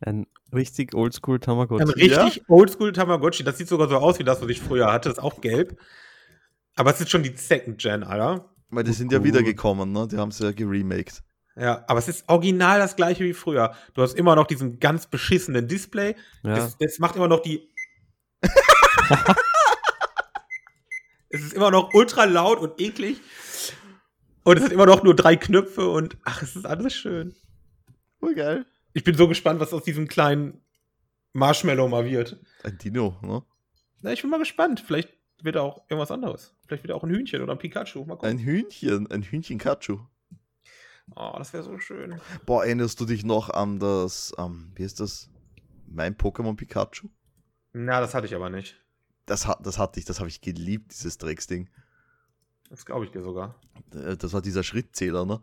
[SPEAKER 2] Ein richtig oldschool
[SPEAKER 3] Ein
[SPEAKER 2] Tamagotchi.
[SPEAKER 3] richtig oldschool Tamagotchi. Das sieht sogar so aus wie das, was ich früher hatte. Ist auch gelb. Aber es ist schon die Second Gen, Alter.
[SPEAKER 1] weil die sind ja
[SPEAKER 2] Gut.
[SPEAKER 1] wiedergekommen, ne? Die haben sie ja geremaked.
[SPEAKER 3] Ja, aber es ist original das gleiche wie früher. Du hast immer noch diesen ganz beschissenen Display.
[SPEAKER 2] Ja.
[SPEAKER 3] Es, es macht immer noch die. es ist immer noch ultra laut und eklig. Und es hat immer noch nur drei Knöpfe und ach, es ist alles schön.
[SPEAKER 1] Oh, geil.
[SPEAKER 3] Ich bin so gespannt, was aus diesem kleinen Marshmallow mal wird.
[SPEAKER 1] Ein Dino, ne?
[SPEAKER 3] Na, ich bin mal gespannt. Vielleicht wird er auch irgendwas anderes. Vielleicht wird er auch ein Hühnchen oder ein Pikachu. Mal gucken.
[SPEAKER 1] Ein Hühnchen, ein Hühnchen Kachu.
[SPEAKER 3] Oh, das wäre so schön.
[SPEAKER 1] Boah, erinnerst du dich noch an das, ähm, wie ist das? Mein Pokémon Pikachu?
[SPEAKER 3] Na, das hatte ich aber nicht.
[SPEAKER 1] Das, hat, das hatte ich, das habe ich geliebt, dieses Drecksding.
[SPEAKER 3] Das glaube ich dir sogar.
[SPEAKER 1] Äh, Das war dieser Schrittzähler, ne?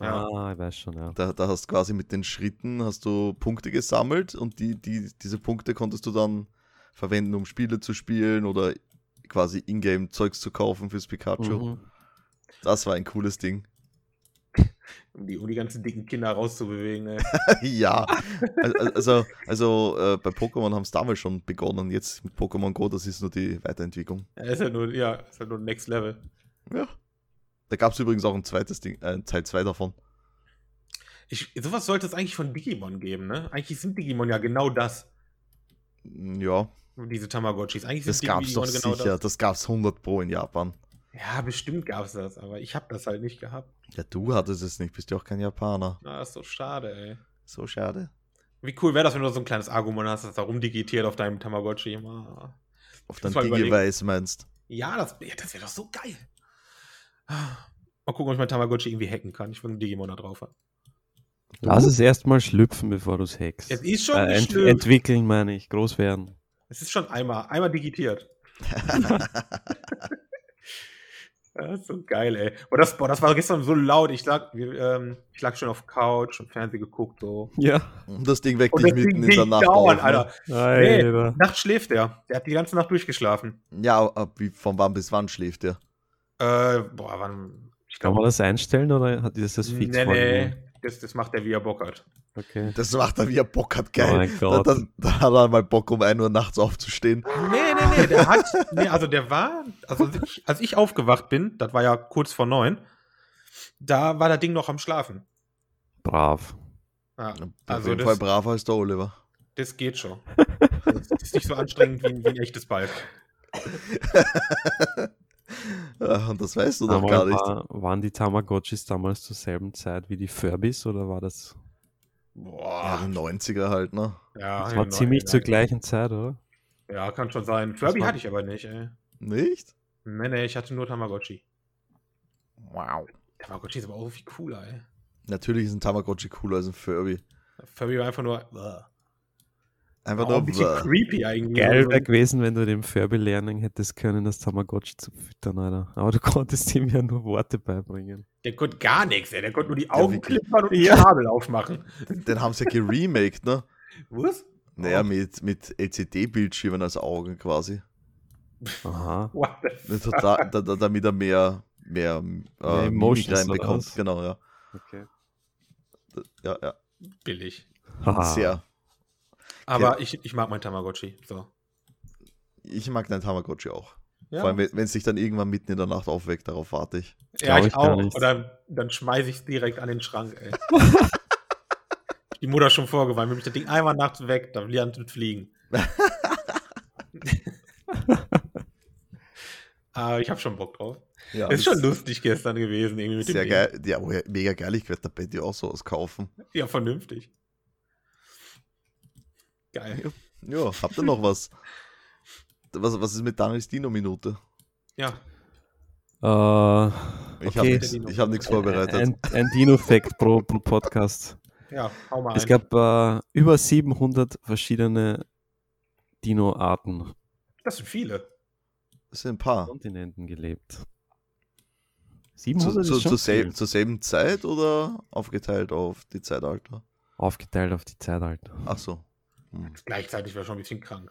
[SPEAKER 3] Ja.
[SPEAKER 2] Ah, ich weiß schon, ja.
[SPEAKER 1] Da, da hast du quasi mit den Schritten hast du Punkte gesammelt und die, die, diese Punkte konntest du dann verwenden, um Spiele zu spielen oder quasi Ingame-Zeugs zu kaufen fürs Pikachu.
[SPEAKER 2] Mhm.
[SPEAKER 1] Das war ein cooles Ding.
[SPEAKER 3] Um die, um die ganzen dicken Kinder rauszubewegen. Ey.
[SPEAKER 1] ja. Also, also, also äh, bei Pokémon haben es damals schon begonnen. Jetzt mit Pokémon Go, das ist nur die Weiterentwicklung.
[SPEAKER 3] Ja, ist halt nur, ja, ist halt nur Next Level.
[SPEAKER 1] Ja. Da gab es übrigens auch ein zweites Ding, äh, Teil 2 davon.
[SPEAKER 3] Ich, sowas sollte es eigentlich von Digimon geben, ne? Eigentlich sind Digimon ja genau das,
[SPEAKER 1] Hm, Ja,
[SPEAKER 3] diese Tamagotchis. Eigentlich
[SPEAKER 1] das
[SPEAKER 3] sind
[SPEAKER 1] gab es doch sicher.
[SPEAKER 3] genau das.
[SPEAKER 1] Das, gab es 100 Pro in Japan.
[SPEAKER 3] Ja, bestimmt gab es das, aber ich habe das halt nicht gehabt.
[SPEAKER 1] Ja, du hattest es nicht, bist ja auch kein Japaner.
[SPEAKER 3] Na, ist so schade, ey.
[SPEAKER 1] So schade.
[SPEAKER 3] Wie cool wäre das, wenn du so ein kleines Argumon hast, das da rumdigitiert auf deinem Tamagotchi immer.
[SPEAKER 1] Auf
[SPEAKER 3] Ich
[SPEAKER 1] dein
[SPEAKER 3] muss mal überlegen.
[SPEAKER 1] Digi-Weiß meinst
[SPEAKER 3] Ja, das, ja, das wäre doch so geil. Ah. Mal gucken, ob ich mein Tamagotchi irgendwie hacken kann. Ich will einen Digimon da drauf haben.
[SPEAKER 2] Lass es erstmal schlüpfen, bevor du es hackst.
[SPEAKER 3] Es ist schon
[SPEAKER 2] Äh, ent
[SPEAKER 3] geschlüpft.
[SPEAKER 2] entwickeln, meine ich, groß werden.
[SPEAKER 3] Es ist schon einmal, einmal digitiert. das ist so geil, ey. Boah, das, boah, das war gestern so laut. Ich lag, wir, ähm, ich lag schon auf Couch und Fernsehen geguckt, so.
[SPEAKER 2] Ja.
[SPEAKER 1] Und das Ding weckt
[SPEAKER 3] Und
[SPEAKER 1] dich
[SPEAKER 3] das
[SPEAKER 1] mitten
[SPEAKER 3] Ding
[SPEAKER 1] in der
[SPEAKER 3] nicht
[SPEAKER 1] Nacht
[SPEAKER 3] dauern,
[SPEAKER 1] auf, ne?
[SPEAKER 3] Alter.
[SPEAKER 2] Alter.
[SPEAKER 3] Nacht schläft er. Der hat die ganze Nacht durchgeschlafen.
[SPEAKER 1] Ne? Ja, ab wie, von wann bis wann schläft der?
[SPEAKER 3] Äh, boah, wann. Ich
[SPEAKER 2] Kann man das einstellen oder hat ist das fix?
[SPEAKER 3] nee, nee.
[SPEAKER 2] vorgegeben?
[SPEAKER 3] Das, das macht er, wie er Bock hat.
[SPEAKER 2] Okay.
[SPEAKER 1] Das macht er, wie er Bock hat,
[SPEAKER 2] Oh
[SPEAKER 1] geil.
[SPEAKER 2] mein
[SPEAKER 1] da,
[SPEAKER 2] Gott.
[SPEAKER 1] da, da hat er mal Bock, um 1 Uhr nachts aufzustehen.
[SPEAKER 3] Nee, nee, nee, der hat, nee, also der war, also als ich, als ich aufgewacht bin, das war ja kurz vor neun, da war das Ding noch am Schlafen.
[SPEAKER 2] Brav.
[SPEAKER 3] Ja,
[SPEAKER 1] Auf
[SPEAKER 3] also
[SPEAKER 1] jeden Fall
[SPEAKER 3] das,
[SPEAKER 1] braver als der Oliver.
[SPEAKER 3] das geht schon. Das ist nicht so anstrengend wie, ein- wie ein echtes Ball.
[SPEAKER 1] Ja, Und das weißt du doch
[SPEAKER 2] Aber
[SPEAKER 1] gar nicht.
[SPEAKER 2] war, waren die Tamagotchis damals zur selben Zeit wie die Furbies oder war das?
[SPEAKER 1] Ja,
[SPEAKER 3] Boah.
[SPEAKER 1] die 90er halt, ne?
[SPEAKER 3] Ja,
[SPEAKER 2] Das war
[SPEAKER 3] genau,
[SPEAKER 2] ziemlich
[SPEAKER 3] genau.
[SPEAKER 2] zur gleichen Zeit, oder?
[SPEAKER 3] Ja, kann schon sein. Furby
[SPEAKER 2] war-
[SPEAKER 3] hatte ich aber nicht, ey.
[SPEAKER 1] Nicht?
[SPEAKER 3] Nee, nee, ich hatte nur Tamagotchi.
[SPEAKER 1] Wow.
[SPEAKER 3] Tamagotchi ist aber auch viel cooler, ey.
[SPEAKER 1] Natürlich ist ein Tamagotchi cooler als ein Furby.
[SPEAKER 3] Furby war einfach nur. Bäh.
[SPEAKER 1] Einfach
[SPEAKER 3] War auch ein
[SPEAKER 1] nur.
[SPEAKER 3] bisschen
[SPEAKER 1] bäh.
[SPEAKER 3] creepy eigentlich.
[SPEAKER 2] Geil
[SPEAKER 3] Also,
[SPEAKER 2] wäre gewesen, wenn du dem Furby lernen hättest können, das Tamagotchi zu füttern, Alter. Aber du konntest ihm ja nur Worte beibringen.
[SPEAKER 3] Der konnte gar nichts, ey. Der konnte nur die
[SPEAKER 1] wirklich.
[SPEAKER 3] Augen klippern und die
[SPEAKER 2] Ja.
[SPEAKER 3] Kabel aufmachen.
[SPEAKER 1] Den haben sie ja geremaked, ne?
[SPEAKER 3] Was?
[SPEAKER 1] Naja, mit, mit LCD-Bildschirmen als Augen quasi.
[SPEAKER 2] Aha.
[SPEAKER 3] What the
[SPEAKER 1] Ne, Da, da, da, damit er mehr, mehr,
[SPEAKER 2] Mehr
[SPEAKER 1] äh, Mimik
[SPEAKER 2] Emotions oder
[SPEAKER 1] reinbekommt.
[SPEAKER 2] was?
[SPEAKER 1] Genau, ja.
[SPEAKER 2] Okay.
[SPEAKER 1] Ja, ja.
[SPEAKER 3] billig.
[SPEAKER 1] Sehr.
[SPEAKER 3] Aber ich, ich mag mein Tamagotchi. So.
[SPEAKER 1] Ich mag deinen Tamagotchi auch.
[SPEAKER 3] Ja,
[SPEAKER 1] Vor allem, wenn es sich dann irgendwann mitten in der Nacht aufweckt, darauf warte ich.
[SPEAKER 3] ja
[SPEAKER 2] glaub
[SPEAKER 3] ich,
[SPEAKER 2] ich gar
[SPEAKER 3] auch.
[SPEAKER 2] nicht.
[SPEAKER 3] Und dann, dann schmeiße ich es direkt an den Schrank, ey. Die Mutter schon vorgeweint, wenn mich das Ding einmal nachts weg, dann lernt es fliegen. Aber Ah, ich habe schon Bock drauf.
[SPEAKER 1] Ja,
[SPEAKER 3] ist schon lustig gestern gewesen. Irgendwie mit
[SPEAKER 1] Sehr
[SPEAKER 3] dem
[SPEAKER 1] geil. Ja, woher- mega geil. Ich werde da bei dir auch sowas kaufen.
[SPEAKER 3] Ding. Ja, vernünftig. Geil.
[SPEAKER 1] Ja, habt ihr noch was? Was, was ist mit Daniels Dino-Minute?
[SPEAKER 3] Ja,
[SPEAKER 1] Ich
[SPEAKER 2] okay.
[SPEAKER 1] habe hab nichts vorbereitet.
[SPEAKER 2] Äh, Ein, ein Dino-Fact pro, pro Podcast.
[SPEAKER 3] ja, hau mal
[SPEAKER 2] Es
[SPEAKER 3] ein.
[SPEAKER 2] gab äh, über 700 verschiedene Dino-Arten
[SPEAKER 3] das sind viele.
[SPEAKER 1] das sind ein paar.
[SPEAKER 2] Kontinenten gelebt.
[SPEAKER 1] Zu,
[SPEAKER 2] 700
[SPEAKER 1] zu,
[SPEAKER 2] ist schon
[SPEAKER 1] zur, selben,
[SPEAKER 2] viel.
[SPEAKER 1] zur selben Zeit oder aufgeteilt auf die Zeitalter?
[SPEAKER 2] aufgeteilt auf die Zeitalter.
[SPEAKER 1] Ach so. Hm.
[SPEAKER 3] Gleichzeitig war schon ein bisschen krank.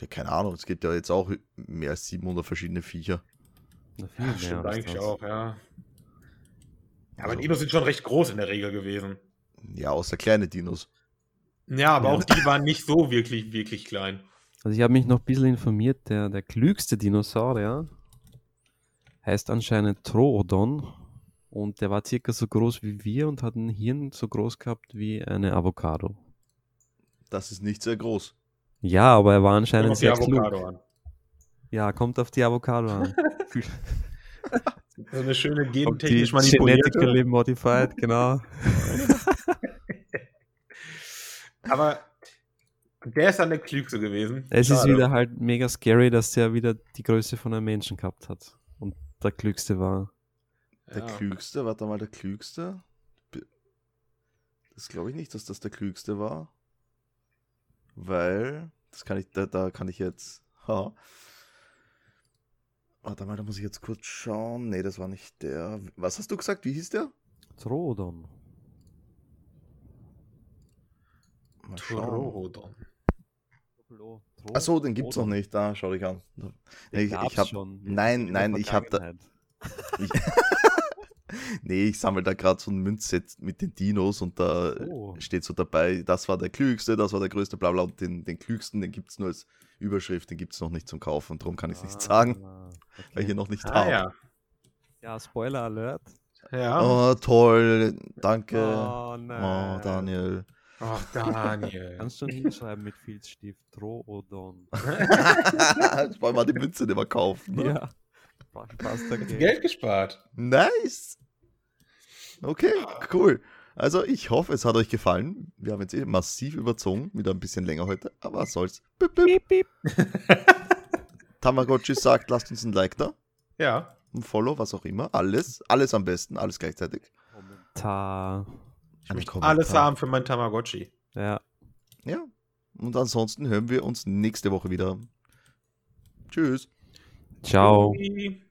[SPEAKER 1] Ja, keine Ahnung, es gibt ja jetzt auch mehr als 700 verschiedene Viecher.
[SPEAKER 2] Na, viel
[SPEAKER 3] Ja,
[SPEAKER 2] mehr
[SPEAKER 3] stimmt
[SPEAKER 2] als
[SPEAKER 3] eigentlich
[SPEAKER 2] das.
[SPEAKER 3] auch, ja. Ja, Aber
[SPEAKER 1] Also-
[SPEAKER 3] Dinos sind schon recht groß in der Regel gewesen.
[SPEAKER 1] Ja, außer kleine Dinos.
[SPEAKER 3] Ja, aber
[SPEAKER 2] Ja.
[SPEAKER 3] auch die waren nicht so wirklich, wirklich klein.
[SPEAKER 2] Also ich habe mich noch ein bisschen informiert, der, der klügste Dinosaurier heißt anscheinend Troodon und der war circa so groß wie wir und hat ein Hirn so groß gehabt wie eine Avocado.
[SPEAKER 1] Das ist nicht sehr groß.
[SPEAKER 2] Ja, aber er war anscheinend
[SPEAKER 3] Kommt die
[SPEAKER 2] sehr klug.
[SPEAKER 3] Avocado an.
[SPEAKER 2] Ja, kommt auf die Avocado an.
[SPEAKER 3] So eine schöne
[SPEAKER 2] Ob die
[SPEAKER 3] gentechnisch manipulierte.
[SPEAKER 2] Genetically modified, genau.
[SPEAKER 3] Aber der ist dann der klügste gewesen.
[SPEAKER 2] Es ist
[SPEAKER 3] Schade.
[SPEAKER 2] wieder halt mega scary, dass der wieder die Größe von einem Menschen gehabt hat und der klügste war.
[SPEAKER 1] Der
[SPEAKER 3] ja.
[SPEAKER 1] klügste, warte mal, der klügste. B- Das glaube ich nicht, dass das der klügste war. Weil, das kann ich, da, da kann ich jetzt. Ha. Warte mal, da muss ich jetzt kurz schauen. Nee, das war nicht der. Was hast du gesagt? Wie hieß der?
[SPEAKER 2] Troodon.
[SPEAKER 1] Mal schauen.
[SPEAKER 3] Tororodon.
[SPEAKER 1] Achso, den gibt's noch nicht. Da, schau dich an. Nee, ich, ich hab, nein, nein, ich hab da- nee, ich sammle da gerade so ein Münzset mit den Dinos und da
[SPEAKER 2] Oh.
[SPEAKER 1] steht so dabei, das war der klügste, das war der größte, bla bla. Und den, den klügsten, den gibt es nur als Überschrift, den gibt es noch nicht zum Kaufen. Darum kann ich es nicht sagen,
[SPEAKER 2] Ah, okay.
[SPEAKER 1] weil ich ihn noch nicht
[SPEAKER 3] Ah
[SPEAKER 1] habe.
[SPEAKER 3] ja.
[SPEAKER 2] Ja, Spoiler Alert.
[SPEAKER 3] Ja. Oh.
[SPEAKER 1] Oh, toll, danke. Oh,
[SPEAKER 2] nein.
[SPEAKER 1] Daniel.
[SPEAKER 3] Ach, Daniel.
[SPEAKER 2] Kannst du hinschreiben mit Filzstift. Troodon.
[SPEAKER 1] ich wollte mal die Münze nicht mehr kaufen. Ne?
[SPEAKER 2] ja. Passt okay.
[SPEAKER 3] Geld gespart.
[SPEAKER 1] Nice. Okay, cool. Also ich hoffe, es hat euch gefallen. Wir haben jetzt eh massiv überzogen, wieder ein bisschen länger heute, aber was soll's. Bip, bip.
[SPEAKER 2] Piep, piep.
[SPEAKER 1] Tamagotchi sagt, lasst uns ein Like da,
[SPEAKER 3] Ja.
[SPEAKER 1] ein Follow, was auch immer. Alles, alles am besten, alles gleichzeitig.
[SPEAKER 2] Kommentar.
[SPEAKER 1] Einen Kommentar.
[SPEAKER 3] Alles haben für mein Tamagotchi.
[SPEAKER 2] Ja.
[SPEAKER 1] Ja. Und ansonsten hören wir uns nächste Woche wieder. Tschüss.
[SPEAKER 2] Ciao.
[SPEAKER 3] Tschüssi.